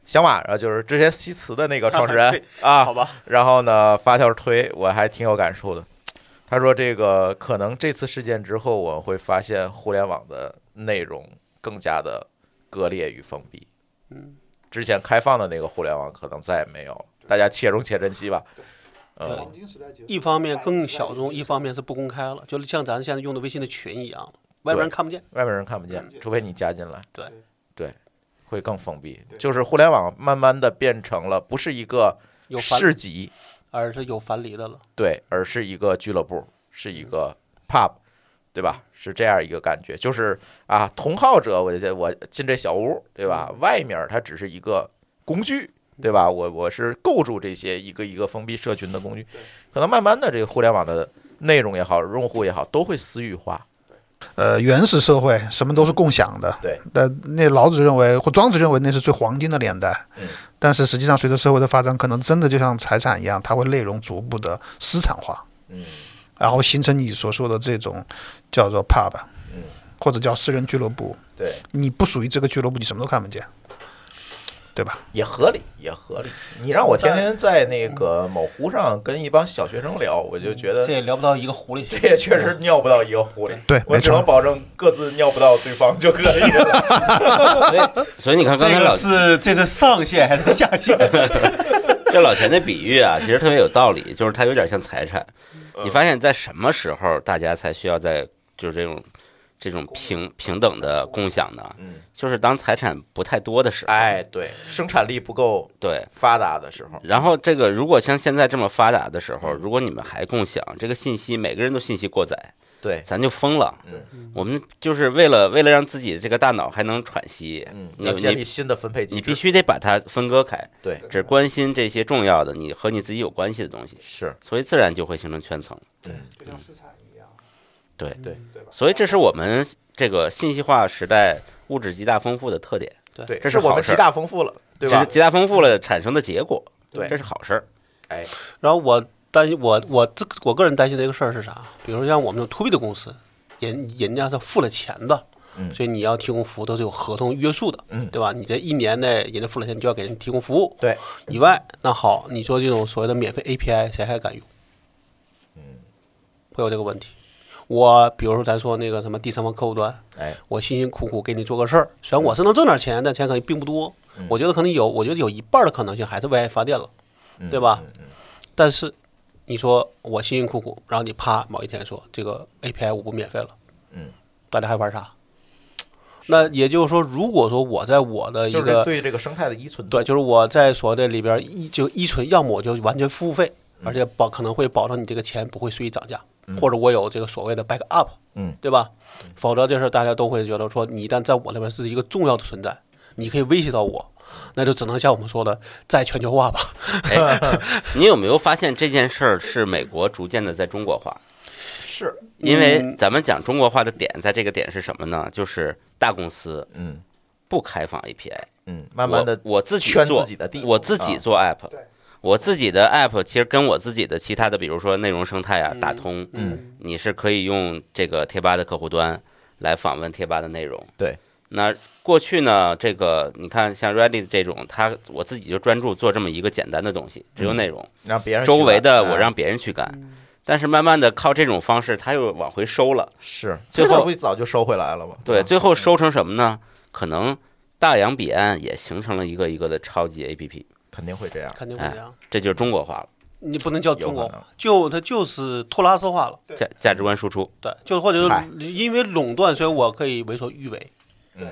[SPEAKER 1] 小马，然后就是之前西祠的那个创始人
[SPEAKER 4] 对
[SPEAKER 1] 啊
[SPEAKER 4] 好，吧，
[SPEAKER 1] 然后呢发条推，我还挺有感触的。他说这个可能这次事件之后，我们会发现互联网的内容更加的割裂与封闭。
[SPEAKER 4] 嗯，
[SPEAKER 1] 之前开放的那个互联网可能再也没有了，大家且用且珍惜吧。
[SPEAKER 4] 对
[SPEAKER 1] 嗯，
[SPEAKER 4] 一方面更小众，一方面是不公开了，就像咱现在用的微信的群一样，外边人看不见。
[SPEAKER 1] 外面人看不见，除非你加进来。
[SPEAKER 4] 嗯对
[SPEAKER 1] 对，会更封闭。就是互联网慢慢的变成了不是一个
[SPEAKER 4] 有樊，
[SPEAKER 1] 市集，
[SPEAKER 4] 而是有樊篱的了。
[SPEAKER 1] 对，而是一个俱乐部，是一个
[SPEAKER 4] 嗯
[SPEAKER 1] pub，对吧？是这样一个感觉，就是啊，同好者，我就我进这小屋，对吧？
[SPEAKER 4] 嗯
[SPEAKER 1] 外面它只是一个工具，对吧？我我是构筑这些一个一个封闭社群的工具，可能慢慢的这个互联网的内容也好，用户也好，都会私域化，
[SPEAKER 2] 呃，原始社会什么都是共享的。
[SPEAKER 1] 对。
[SPEAKER 2] 但那老子认为或庄子认为那是最黄金的年代。
[SPEAKER 1] 嗯。
[SPEAKER 2] 但是实际上，随着社会的发展，可能真的就像财产一样，它会内容逐步的私产化。
[SPEAKER 1] 嗯。
[SPEAKER 2] 然后形成你所说的这种叫做 pub，
[SPEAKER 1] 嗯
[SPEAKER 2] 或者叫私人俱乐部。
[SPEAKER 1] 对，
[SPEAKER 2] 你不属于这个俱乐部，你什么都看不见，对吧？
[SPEAKER 1] 也合理，也合理。你让我天天在那个某湖上跟一帮小学生聊，我就觉得
[SPEAKER 4] 这也聊不到一个湖里
[SPEAKER 1] 这
[SPEAKER 4] 去。
[SPEAKER 1] 也确实尿不到一个壶里。
[SPEAKER 2] 对，
[SPEAKER 1] 我
[SPEAKER 2] 没
[SPEAKER 1] 只能
[SPEAKER 2] 错。
[SPEAKER 1] 保证各自尿不到对方就可 以了。
[SPEAKER 3] 所以你看刚才
[SPEAKER 4] 这
[SPEAKER 3] 老
[SPEAKER 4] 个是这是上限还是下限？
[SPEAKER 3] 这老钱的比喻啊，其实特别有道理，就是它有点像财产。你发现在什么时候大家才需要在就是这种这种平平等的共享呢？
[SPEAKER 1] 嗯，
[SPEAKER 3] 就是当财产不太多的时候。
[SPEAKER 1] 哎，对，生产力不够
[SPEAKER 3] 对。
[SPEAKER 1] 发达的时候，
[SPEAKER 3] 然后这个如果像现在这么发达的时候，如果你们还共享这个信息，每个人都信息过载，
[SPEAKER 1] 对，
[SPEAKER 3] 咱就疯了。
[SPEAKER 1] 嗯
[SPEAKER 3] 我们就是为了为了让自己这个大脑还能喘息，
[SPEAKER 1] 嗯，
[SPEAKER 3] 你
[SPEAKER 1] 要建立
[SPEAKER 3] 你
[SPEAKER 1] 新的分配机制，
[SPEAKER 3] 你必须得把它分割开，
[SPEAKER 1] 对，
[SPEAKER 3] 只关心这些重要的，你和你自己有关系的东西，
[SPEAKER 1] 是，
[SPEAKER 3] 所以自然就会形成圈层。
[SPEAKER 1] 嗯，
[SPEAKER 2] 就像市场一样。
[SPEAKER 3] 对
[SPEAKER 1] 对
[SPEAKER 2] 对吧？
[SPEAKER 3] 所以这是我们这个信息化时代物质极大丰富的特点，
[SPEAKER 1] 对，
[SPEAKER 3] 这
[SPEAKER 1] 是
[SPEAKER 3] 是
[SPEAKER 1] 我
[SPEAKER 3] 好
[SPEAKER 1] 们
[SPEAKER 3] 事
[SPEAKER 1] 极大丰富了，对
[SPEAKER 3] 这
[SPEAKER 1] 吧
[SPEAKER 3] 是？极大丰富了产生的结果，
[SPEAKER 1] 对
[SPEAKER 3] 这是好 事儿。
[SPEAKER 1] 哎，
[SPEAKER 4] 然后我担心我我这我个人担心的一个事儿是啥？比如像我们这种 to B 的公司，人人家是付了钱的，
[SPEAKER 1] 嗯
[SPEAKER 4] 所以你要提供服务都是有合同约束的，
[SPEAKER 1] 嗯
[SPEAKER 4] 对吧？你这一年内人家付了钱，你就要给人提供服务。
[SPEAKER 1] 对，
[SPEAKER 4] 以外，那好，你说这种所谓的免费 API，谁还敢用？嗯，会有这个问题。我比如说咱说那个什么第三方客户端，
[SPEAKER 1] 哎，
[SPEAKER 4] 我辛辛苦苦给你做个事儿，虽然我是能挣点钱，但钱可能并不多。我觉得可能有，我觉得有一半儿的可能性还是为爱发电了，
[SPEAKER 1] 嗯
[SPEAKER 4] 对吧
[SPEAKER 1] 嗯嗯
[SPEAKER 4] 但是你说我辛辛苦苦，然后你啪某一天说这个 API 我不免费了，
[SPEAKER 1] 嗯，
[SPEAKER 4] 大家还玩啥？那也就是说，如果说我在我的一
[SPEAKER 1] 就
[SPEAKER 4] 个
[SPEAKER 1] 是对这个生态的依存度
[SPEAKER 4] 对，，就是我在所谓的里边儿依就依存，要么我就完全付费，
[SPEAKER 1] 嗯
[SPEAKER 4] 而且保可能会保证你这个钱不会随意涨价，或者我有这个所谓的 back up，
[SPEAKER 1] 嗯，
[SPEAKER 4] 对吧？否则这事儿大家都会觉得说，你一旦在我那边是一个重要的存在，你可以威胁到我，那就只能像我们说的再全球化吧。
[SPEAKER 3] 哎你有没有发现这件事儿是美国逐渐的在中国化？
[SPEAKER 1] 是，
[SPEAKER 3] 因
[SPEAKER 2] 嗯
[SPEAKER 3] 为咱们讲中国化的点，在这个点是什么呢？就是大公司
[SPEAKER 1] 嗯
[SPEAKER 3] 不开放 API，
[SPEAKER 1] 嗯，慢慢的
[SPEAKER 3] 我我自己
[SPEAKER 1] 圈
[SPEAKER 3] 做
[SPEAKER 1] 自己的地，啊
[SPEAKER 3] 我自己做 app，、
[SPEAKER 2] 对
[SPEAKER 3] 我自己的 app 其实跟我自己的其他的，比如说内容生态啊、打通，
[SPEAKER 1] 嗯，
[SPEAKER 3] 你是可以用这个贴吧的客户端来访问贴吧的内容。
[SPEAKER 1] 对，
[SPEAKER 3] 那过去呢，这个你看像 Reddit 这种，它我自己就专注做这么一个简单的东西，只有内容，
[SPEAKER 1] 嗯让别人
[SPEAKER 3] 周围的
[SPEAKER 1] 去嗯
[SPEAKER 3] 我
[SPEAKER 1] 玩
[SPEAKER 3] 让别人去干。但是慢慢的靠这种方式，它又往回收了。
[SPEAKER 1] 哎是，
[SPEAKER 3] 最后
[SPEAKER 1] 这不早就收回来了吗？
[SPEAKER 3] 对，
[SPEAKER 1] 嗯
[SPEAKER 3] 最后收成什么呢？可能大洋彼岸也形成了一个一个的超级 APP，
[SPEAKER 1] 肯定会这样，
[SPEAKER 4] 肯定会这样。
[SPEAKER 3] 这就是中国化了，
[SPEAKER 4] 你不能叫中
[SPEAKER 1] 有
[SPEAKER 4] 国
[SPEAKER 1] 可能，
[SPEAKER 4] 就它就是托拉斯化了，
[SPEAKER 3] 价价值观输出。
[SPEAKER 4] 对，就或者
[SPEAKER 1] 嗨
[SPEAKER 4] 是因为垄断，所以我可以为所欲为，
[SPEAKER 1] 嗯，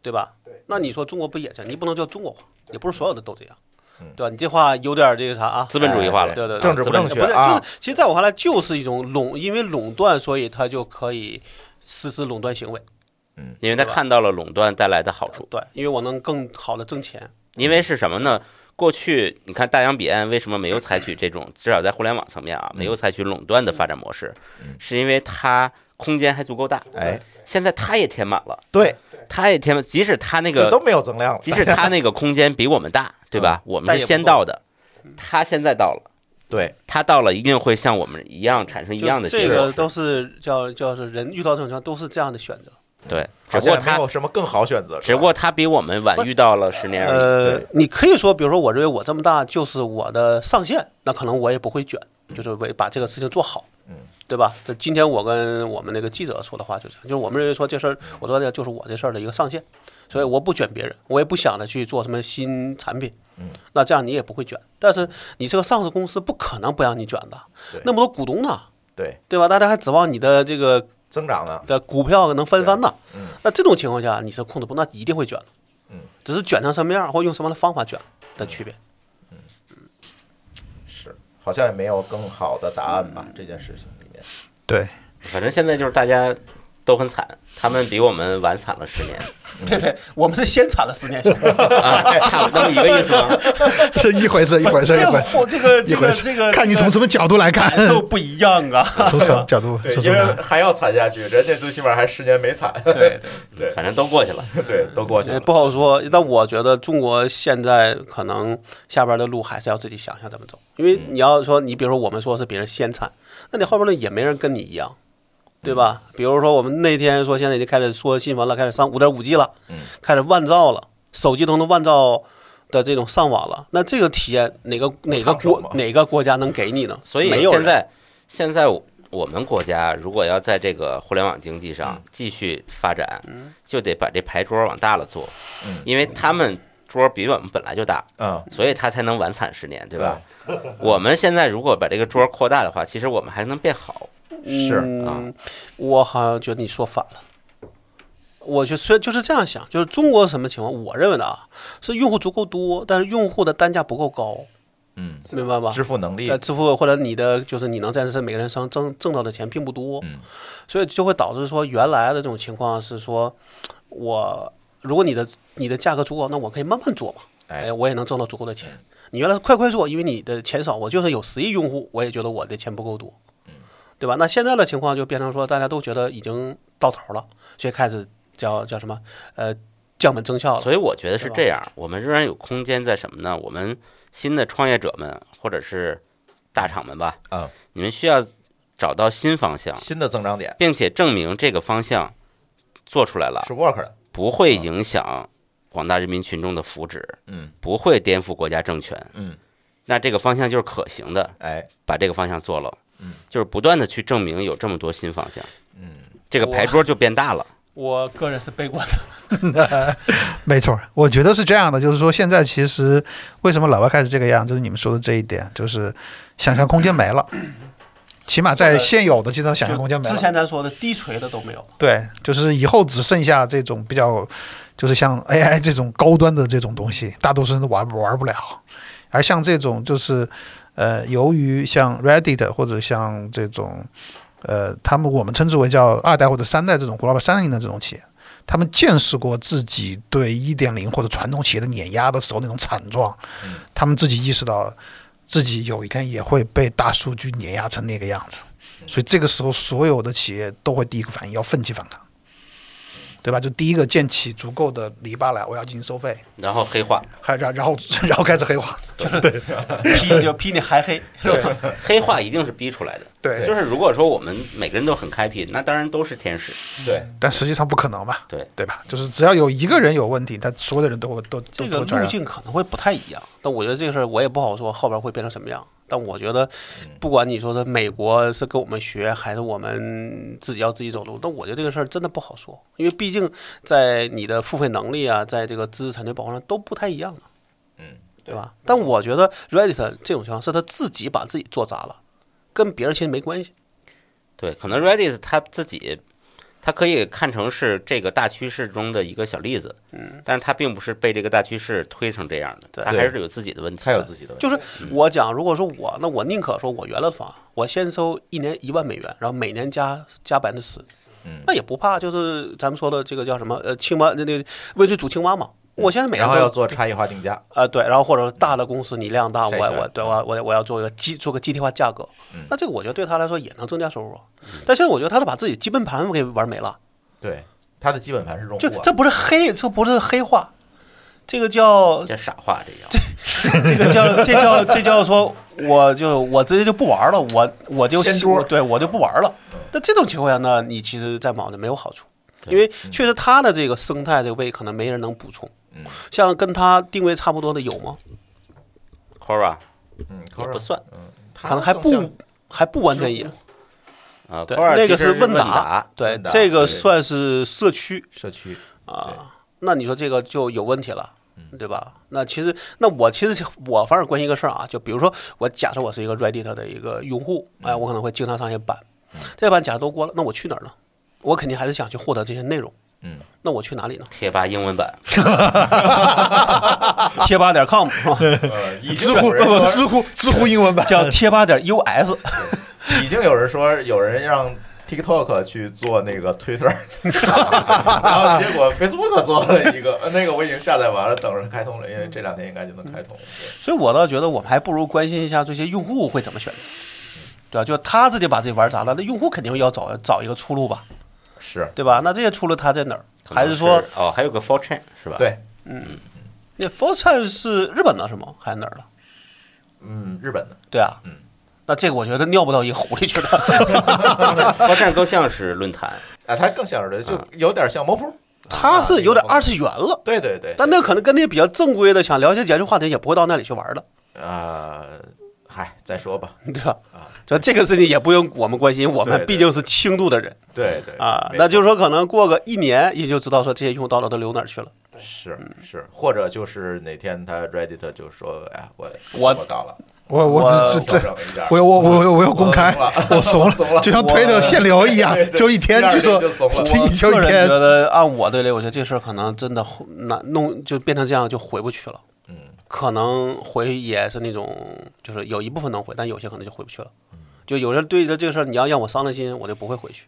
[SPEAKER 4] 对吧？
[SPEAKER 2] 对
[SPEAKER 4] 那你说中国不也是？你不能叫中国化，也不是所有的都这样
[SPEAKER 1] 嗯，
[SPEAKER 4] 对吧？你这话有点这个啥啊？
[SPEAKER 3] 资本主义化了
[SPEAKER 1] 哎
[SPEAKER 4] 对对对
[SPEAKER 1] 政治不正确
[SPEAKER 4] 不是，
[SPEAKER 1] 啊
[SPEAKER 4] 就，是其实在我看来，就是一种垄，因为垄断，所以它就可以实施垄断行为。
[SPEAKER 3] 因为他
[SPEAKER 4] 对吧
[SPEAKER 3] 看到了垄断带来的好处。
[SPEAKER 4] 对，因为我能更好的挣钱。
[SPEAKER 3] 因为是什么呢？过去你看大洋彼岸为什么没有采取这
[SPEAKER 4] 嗯
[SPEAKER 3] 种，至少在互联网层面啊，没有采取垄断的发展模式，
[SPEAKER 4] 嗯
[SPEAKER 3] 是因为它空间还足够大。
[SPEAKER 1] 哎，
[SPEAKER 3] 现在它也填满了，
[SPEAKER 1] 对，
[SPEAKER 3] 它也填满，即使它那
[SPEAKER 1] 这
[SPEAKER 3] 个，
[SPEAKER 1] 都没有增量了，
[SPEAKER 3] 即使它那个空间比我们大，对吧？我们
[SPEAKER 4] 嗯但
[SPEAKER 3] 是
[SPEAKER 4] 也不
[SPEAKER 3] 先
[SPEAKER 4] 够嗯
[SPEAKER 3] 到的，它现在到了，
[SPEAKER 1] 对，
[SPEAKER 3] 它到了一定会像我们一样产生一
[SPEAKER 4] 就
[SPEAKER 3] 样的
[SPEAKER 4] 这
[SPEAKER 3] 结果
[SPEAKER 4] 个。都是叫叫是人遇到这种情况都是这样的选择。
[SPEAKER 3] 对，只
[SPEAKER 1] 好
[SPEAKER 3] 不过
[SPEAKER 1] 像没
[SPEAKER 3] 它
[SPEAKER 1] 有什么更好选择，
[SPEAKER 3] 只不过它比我们晚遇到了十年而已。
[SPEAKER 4] 呃
[SPEAKER 1] 对，
[SPEAKER 4] 你可以说，比如说，我认为我这么大就是我的上限，那可能我也不会卷，就是为把这个事情做好，
[SPEAKER 1] 嗯，
[SPEAKER 4] 对吧？那今天我跟我们那个记者说的话就这样，就是我们认为说这事儿，我做的就是我这事儿的一个上限，所以我不卷别人，我也不想着去做什么新产品，
[SPEAKER 1] 嗯，
[SPEAKER 4] 那这样你也不会卷。但是你是个上市公司，不可能不让你卷的
[SPEAKER 1] 对，
[SPEAKER 4] 那么多股东呢，
[SPEAKER 1] 对
[SPEAKER 4] 对吧？大家还指望你的这个
[SPEAKER 1] 增长呢，
[SPEAKER 4] 的股票能翻番呢，
[SPEAKER 1] 嗯
[SPEAKER 4] 那这种情况下你是控制不，那一定会卷的，
[SPEAKER 1] 嗯，
[SPEAKER 4] 只是卷成什么样或用什么样的方法卷的区别。
[SPEAKER 1] 是，好像也没有更好的答案吧？这件事情里面，
[SPEAKER 2] 对，
[SPEAKER 3] 反正现在就是大家都很惨，他们比我们晚惨了十年
[SPEAKER 1] 嗯
[SPEAKER 4] 对对，我们是先惨了 十年，兄弟。
[SPEAKER 3] 啊，差不多那么一个意思吗？
[SPEAKER 2] 是一回事，一回事，一
[SPEAKER 4] 这
[SPEAKER 2] 回
[SPEAKER 4] 个
[SPEAKER 2] 事，
[SPEAKER 4] 我这个
[SPEAKER 2] 一
[SPEAKER 4] 这
[SPEAKER 2] 回
[SPEAKER 4] 个
[SPEAKER 2] 事。
[SPEAKER 4] 这个
[SPEAKER 2] 看你从什么角度来看，
[SPEAKER 4] 感受不一样啊。
[SPEAKER 2] 从什么角度，
[SPEAKER 1] 对，
[SPEAKER 2] 从什
[SPEAKER 1] 因
[SPEAKER 2] 么
[SPEAKER 1] 为
[SPEAKER 2] 角度
[SPEAKER 1] 还要惨下去，人家最起码还十年没惨，
[SPEAKER 4] 对对。
[SPEAKER 1] 对
[SPEAKER 3] 反正都过去了。
[SPEAKER 1] 对， 都过去
[SPEAKER 4] 也
[SPEAKER 1] 了。
[SPEAKER 4] 呃不好说，但我觉得中国现在可能下边的路还是要自己想想怎么走，因为
[SPEAKER 3] 嗯
[SPEAKER 4] 你要说你比如说我们说是别人先产，那你后边呢也没人跟你一样，对吧？
[SPEAKER 3] 嗯
[SPEAKER 4] 比如说我们那天说现在已经开始说新闻了，开始上五点五 G 了，
[SPEAKER 3] 嗯
[SPEAKER 4] 开始万兆了，手机都能万兆的这种上网了，那这个体验哪个哪个
[SPEAKER 1] 烫手吗
[SPEAKER 4] 国哪个国家能给你呢？
[SPEAKER 3] 啊所以
[SPEAKER 4] 没有人
[SPEAKER 3] 现在现在我我们国家如果要在这个互联网经济上继续发展，就得把这牌桌往大了做，
[SPEAKER 1] 嗯
[SPEAKER 3] 因为他们桌比我们本来就大，
[SPEAKER 1] 嗯，
[SPEAKER 3] 所以他才能晚产十年，对吧？我们现在如果把这个桌扩大的话，其实我们还能变好。
[SPEAKER 1] 是
[SPEAKER 3] 啊
[SPEAKER 4] 嗯，我好像觉得你说反了。我就虽就是这样想，就是中国什么情况？我认为的啊，是用户足够多，但是用户的单价不够高，
[SPEAKER 1] 嗯，
[SPEAKER 4] 明白吧？
[SPEAKER 1] 支付能力
[SPEAKER 4] 呃，，支付或者你的就是你能在这每个人上挣挣到的钱并不多，
[SPEAKER 1] 嗯
[SPEAKER 4] 所以就会导致说原来的这种情况是说，我如果你的你的价格足够，那我可以慢慢做嘛，
[SPEAKER 1] 哎
[SPEAKER 4] 哎，我也能挣到足够的钱。你原来是快快做，因为你的钱少，我就是有十亿用户，我也觉得我的钱不够多，对吧？那现在的情况就变成说，大家都觉得已经到头了，所以开始叫叫什么呃降本增效了。
[SPEAKER 3] 所以我觉得是这样，我们仍然有空间在什么呢？我们新的创业者们或者是大厂们吧，
[SPEAKER 1] 啊，
[SPEAKER 3] 你们需要找到新方向，
[SPEAKER 1] 新的增长点
[SPEAKER 3] 并且证明这个方向做出来了
[SPEAKER 1] 是 work 的，
[SPEAKER 3] 不会影响广大人民群众的福祉，
[SPEAKER 1] 嗯
[SPEAKER 3] 不会颠覆国家政权。
[SPEAKER 1] 嗯，
[SPEAKER 3] 那这个方向就是可行的，
[SPEAKER 1] 哎，
[SPEAKER 3] 把这个方向做了，
[SPEAKER 1] 嗯，
[SPEAKER 3] 就是不断的去证明有这么多新方向，
[SPEAKER 1] 嗯，
[SPEAKER 3] 这个牌桌就变大了。
[SPEAKER 4] 我个人是悲观的。
[SPEAKER 2] 没错，我觉得是这样的，就是说现在其实为什么老外开始这个样，就是你们说的这一点，就是想象空间没了，起码在现有的基础上想象空间没
[SPEAKER 4] 之
[SPEAKER 2] 了。
[SPEAKER 4] 前咱说的低垂的都没有，
[SPEAKER 2] 对，就是以后只剩下这种比较，就是像 AI 这种高端的这种东西，大多数人都玩玩不了。而像这种就是，呃，由于像 Reddit 或者像这种，呃，他们我们称之为叫二代或者三代这种胡萝卜三零的这种企业，他们见识过自己对一点零或者传统企业的碾压的时候那种惨状，他们自己意识到自己有一天也会被大数据碾压成那个样子，所以这个时候所有的企业都会第一个反应要奋起反抗。对吧？就第一个建起足够的篱笆来，我要进行收费，
[SPEAKER 3] 然后黑化，
[SPEAKER 2] 还然然后 然后开始黑化，
[SPEAKER 4] 批就批你还黑，
[SPEAKER 3] 黑化一定是逼出来的。
[SPEAKER 2] 对，
[SPEAKER 3] 就是如果说我们每个人都很开辟，那当然都是天使。
[SPEAKER 1] 对，
[SPEAKER 2] 但实际上不可能嘛，
[SPEAKER 3] 对
[SPEAKER 2] 对吧？就是只要有一个人有问题，他所有的人都会都都
[SPEAKER 4] 这
[SPEAKER 2] 都
[SPEAKER 4] 个
[SPEAKER 2] 会传
[SPEAKER 4] 路
[SPEAKER 2] 染。
[SPEAKER 4] 径可能会不太一样。但我觉得这个事儿我也不好说后边会变成什么样。但我觉得，不管你说的美国是跟我们学，还是我们自己要自己走路，但我觉得这个事儿真的不好说，因为毕竟在你的付费能力啊，在这个知识产权保护上都不太一样的，
[SPEAKER 1] 嗯，
[SPEAKER 4] 对吧？但我觉得 Reddit 这种情况是他自己把自己做砸了，跟别人其实没关系。
[SPEAKER 3] 对，可能 Redis 它自己，它可以看成是这个大趋势中的一个小例子，嗯，但是它并不是被这个大趋势推成这样的，
[SPEAKER 4] 对
[SPEAKER 3] 它还是有自己的问题
[SPEAKER 1] 他有
[SPEAKER 3] 的。
[SPEAKER 1] 自己的问题，
[SPEAKER 4] 就是我讲，如果说我，那我宁可说我原来房，我先收一年一万美元，然后每年加加百分之十，
[SPEAKER 1] 嗯
[SPEAKER 4] 那也不怕，就是咱们说的这个叫什么呃青蛙那那温水煮青蛙嘛。我现在每
[SPEAKER 1] 嗯
[SPEAKER 4] 年
[SPEAKER 1] 然
[SPEAKER 4] 都
[SPEAKER 1] 后要做差异化定价，
[SPEAKER 4] 啊、对，然后或者大的公司你量大，我
[SPEAKER 1] 筛选嗯
[SPEAKER 4] 我对我我我要做一个基做个集体化价格，那这个我觉得对他来说也能增加收入啊。
[SPEAKER 1] 嗯
[SPEAKER 4] 但现在我觉得他都把自己基本盘给玩没了，
[SPEAKER 1] 对，他的基本盘是用户
[SPEAKER 4] 就
[SPEAKER 1] 啊，
[SPEAKER 4] 这不是黑，这不是黑化，这个叫
[SPEAKER 3] 这傻话，这叫
[SPEAKER 4] 这个叫这叫这叫说，我就我直接就不玩了，我我就
[SPEAKER 1] 掀桌
[SPEAKER 4] 对我就不玩了。那这种情况下呢，你其实，在网上没有好处，
[SPEAKER 3] 对
[SPEAKER 4] 因为确实他的这个生态这个位可能没人能补充
[SPEAKER 1] 嗯。
[SPEAKER 4] 像跟他定位差不多的有吗？
[SPEAKER 3] Quora
[SPEAKER 1] 嗯，
[SPEAKER 3] 也不
[SPEAKER 1] Cora，
[SPEAKER 3] 算
[SPEAKER 1] 嗯，他
[SPEAKER 4] 可能还
[SPEAKER 1] 更像
[SPEAKER 4] 不还不完全一样。
[SPEAKER 3] 啊
[SPEAKER 4] 对，
[SPEAKER 3] ，Quora
[SPEAKER 4] 那
[SPEAKER 3] 其
[SPEAKER 4] 个
[SPEAKER 3] 实
[SPEAKER 4] 是
[SPEAKER 3] 是
[SPEAKER 4] 问
[SPEAKER 3] 答，？
[SPEAKER 4] 对
[SPEAKER 1] 问答，
[SPEAKER 4] 这
[SPEAKER 1] 对
[SPEAKER 4] 个算是社区
[SPEAKER 1] 社区，
[SPEAKER 4] 啊。那你说这个就有问题了。对吧？那其实，那我其实我反而关心一个事儿啊，就比如说，我假设我是一个 Reddit 的一个用户，哎，我可能会经常上一些版，这些版假设都过了，那我去哪儿呢？我肯定还是想去获得这些内容。
[SPEAKER 1] 嗯，
[SPEAKER 4] 那我去哪里呢
[SPEAKER 3] 贴吧英文版，
[SPEAKER 4] 贴吧点 com 是 吧？
[SPEAKER 1] 呃，已
[SPEAKER 2] 知
[SPEAKER 1] 经
[SPEAKER 2] 乎
[SPEAKER 1] 有人说
[SPEAKER 2] 知乎知乎英文版
[SPEAKER 4] 叫贴吧点 us，
[SPEAKER 1] 已经有人说有人让 TikTok 去做那个 Twitter，然后结果 Facebook 做了一个，呃那个我已经下载完了，等着开通了，因为这两天应该就能开
[SPEAKER 5] 嗯
[SPEAKER 1] 通。对
[SPEAKER 4] 所以我倒觉得我们还不如关心一下这些用户会怎么选择，对吧？就他自己把自己玩砸了，那用户肯定要找找一个出路吧，
[SPEAKER 1] 是，
[SPEAKER 4] 对吧？那这些出路他在哪儿？
[SPEAKER 3] 可能
[SPEAKER 4] 还是说
[SPEAKER 3] 哦，还有个 Four Chain 是吧？，
[SPEAKER 1] 对，
[SPEAKER 4] 那 f o r t r n 是日本的是吗？还是哪儿的？
[SPEAKER 1] 嗯，日本的，
[SPEAKER 4] 对啊，
[SPEAKER 1] 嗯
[SPEAKER 4] 那这个我觉得尿不到一个壶里 去了。
[SPEAKER 3] Four Chain 更像是论坛，
[SPEAKER 1] 啊，它更像是就有点像猫扑，
[SPEAKER 4] 他是有点
[SPEAKER 1] 啊
[SPEAKER 4] 二次元了，
[SPEAKER 1] 对对对，
[SPEAKER 4] 但那可能跟那比较正规的想了解研究话题也不会到那里去玩的，
[SPEAKER 1] 啊，嗨，再说吧，
[SPEAKER 4] 对吧
[SPEAKER 1] 啊？
[SPEAKER 4] 就这个事情也不用我们关心，我
[SPEAKER 1] 对
[SPEAKER 4] 们
[SPEAKER 1] 对
[SPEAKER 4] 毕竟是轻度的人
[SPEAKER 1] 对对
[SPEAKER 4] 啊。
[SPEAKER 1] 没
[SPEAKER 4] 那
[SPEAKER 1] 错
[SPEAKER 4] 就是说，可能过个一年也就知道说这些用户到了都流哪儿去了。
[SPEAKER 1] 是
[SPEAKER 5] 嗯
[SPEAKER 1] 是，或者就是哪天他 Reddit 就说，哎，我
[SPEAKER 4] 我
[SPEAKER 1] 我到了，
[SPEAKER 5] 我
[SPEAKER 4] 我
[SPEAKER 5] 我这
[SPEAKER 1] 调
[SPEAKER 5] 这
[SPEAKER 1] 整一下，
[SPEAKER 5] 我我我我我有公开
[SPEAKER 1] 我怂，了
[SPEAKER 5] 我怂
[SPEAKER 1] 怂了
[SPEAKER 5] 了，就像推特限流一样
[SPEAKER 1] 对，对
[SPEAKER 5] 就一天
[SPEAKER 1] 第二
[SPEAKER 5] 就
[SPEAKER 1] 天
[SPEAKER 5] 说
[SPEAKER 1] 就怂了，
[SPEAKER 5] 这一就
[SPEAKER 4] 我
[SPEAKER 5] 一
[SPEAKER 4] 个人
[SPEAKER 5] 天
[SPEAKER 4] 觉，得，按我对来，我觉得这事儿可能真的难弄，就变成这样就回不去了。
[SPEAKER 1] 嗯，
[SPEAKER 4] 可能回也是那种，就是有一部分能回，但有些可能就回不去了。
[SPEAKER 1] 嗯
[SPEAKER 4] 就有人对着这个事儿，你要让我伤了心，我就不会回去。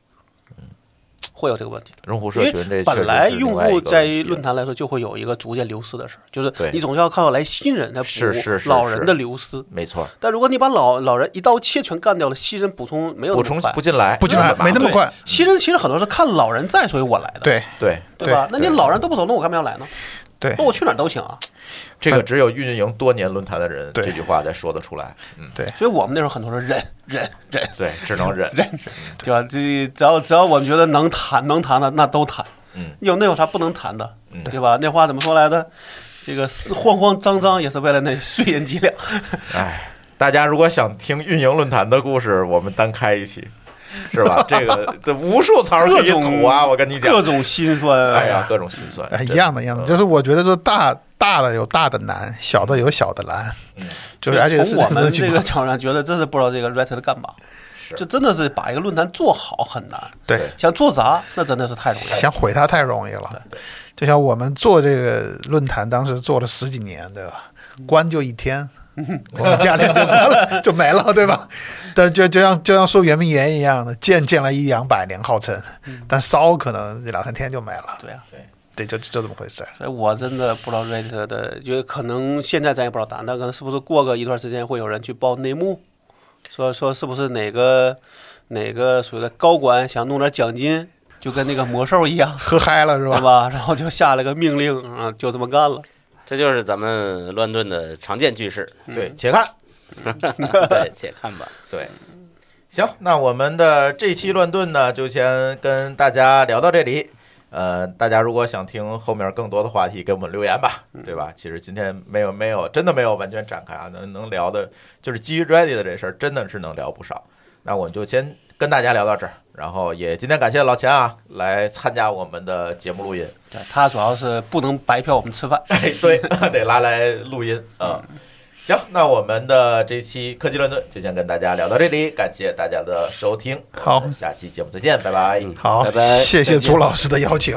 [SPEAKER 4] 会有这个问题。
[SPEAKER 1] 用嗯户社
[SPEAKER 4] 因
[SPEAKER 1] 群
[SPEAKER 4] 为
[SPEAKER 1] 这
[SPEAKER 4] 本来用户在论
[SPEAKER 1] 坛
[SPEAKER 4] 坛来说就会有一个逐渐流失的事儿，就是
[SPEAKER 1] 对
[SPEAKER 4] 你总是要靠来新人来
[SPEAKER 1] 是是是
[SPEAKER 4] 补老人的流失。
[SPEAKER 1] 没错，
[SPEAKER 4] 但如果你把老老人一刀切全干掉了，新人补充没有
[SPEAKER 1] 补
[SPEAKER 4] 那
[SPEAKER 1] 充
[SPEAKER 4] 么快
[SPEAKER 1] 不。进来，
[SPEAKER 5] 不进来没那么快，
[SPEAKER 4] 新人其实很多是看老人在，所以我来的，
[SPEAKER 5] 对
[SPEAKER 1] 对
[SPEAKER 4] 对吧？那
[SPEAKER 1] 对
[SPEAKER 4] 你老人都不走，那我干嘛要来呢？
[SPEAKER 5] 对
[SPEAKER 4] 那我去哪儿都行啊。
[SPEAKER 1] 这个只有运营多年论坛的人
[SPEAKER 5] 哎对
[SPEAKER 1] 这句话才说得出来，嗯，
[SPEAKER 4] 所以我们那时候很多人忍忍忍，
[SPEAKER 1] 对，只 能忍，
[SPEAKER 4] 对吧？这只要只要我们觉得能谈能谈的，那都谈。
[SPEAKER 1] 嗯，
[SPEAKER 4] 有那有啥不能谈的，
[SPEAKER 1] 嗯
[SPEAKER 4] 对吧？那话怎么说来的？这个是慌慌张张也是为了那碎银几两。
[SPEAKER 1] 哎，大家如果想听运营论坛的故事，我们单开一期，是吧？这个这无数槽可
[SPEAKER 4] 各
[SPEAKER 1] 以
[SPEAKER 4] 种
[SPEAKER 1] 吐啊，我跟你讲
[SPEAKER 4] 各，种心酸。啊
[SPEAKER 1] 哎呀，，各种心酸
[SPEAKER 5] 哎，，一
[SPEAKER 1] 真嗯
[SPEAKER 5] 样的一样
[SPEAKER 3] 嗯
[SPEAKER 5] 的，就是我觉得说大大的有大的难，小的有小的难，
[SPEAKER 3] 嗯
[SPEAKER 5] 就是而且是
[SPEAKER 4] 从我
[SPEAKER 5] 这
[SPEAKER 4] 们这
[SPEAKER 5] 种情
[SPEAKER 4] 个
[SPEAKER 5] 况
[SPEAKER 4] 厂商觉得真是不知道这个 Reddit 干嘛，
[SPEAKER 1] 是
[SPEAKER 4] 这真的是把一个论坛做好很难，
[SPEAKER 5] 对，
[SPEAKER 4] 想做砸那真的是太容易 了。
[SPEAKER 5] 想毁它太容易了。就像我们做这个论坛，当时做了十几年，对吧？关就一天，
[SPEAKER 4] 嗯
[SPEAKER 5] 我们第二天就关了， 就没了，对吧？但就就像就像说圆明园一样的，建建了一两百年号称，
[SPEAKER 4] 嗯
[SPEAKER 5] 但烧可能两三天就没了。
[SPEAKER 4] 对啊，
[SPEAKER 5] 对，就就这么回事儿。
[SPEAKER 4] 所以我真的不知道 Reddit 的，因为可能现在咱也不知道答案，但可能是不是过个一段时间会有人去报内幕，说说是不是哪个哪个所谓的高管想弄点奖金，就跟那个魔兽一样，
[SPEAKER 5] 喝嗨了是
[SPEAKER 4] 对
[SPEAKER 5] 吧？
[SPEAKER 4] 吧？然后就下了个命令啊，就这么干了。
[SPEAKER 3] 这就是咱们乱炖的常见句式。啊
[SPEAKER 1] 对，且看。
[SPEAKER 3] 对，且看吧。
[SPEAKER 1] 对，行，那我们的这期乱炖呢，就先跟大家聊到这里。呃，大家如果想听后面更多的话题，给我们留言吧，对吧？其实今天没有没有，真的没有完全展开啊，能能聊的，就是基于 Ready 的这事儿，真的是能聊不少。那我们就先跟大家聊到这儿，然后也今天感谢老钱啊，来参加我们的节目录音。
[SPEAKER 4] 对他主要是不能白嫖我们吃饭。
[SPEAKER 1] 哎，对，得拉来录音啊。行，那我们的这期科技乱炖就先跟大家聊到这里，感谢大家的收听，
[SPEAKER 5] 好
[SPEAKER 1] 我们下期节目再见，拜拜。
[SPEAKER 5] 好，
[SPEAKER 3] 拜拜
[SPEAKER 5] 谢谢
[SPEAKER 3] 再见
[SPEAKER 5] 朱老师的邀请。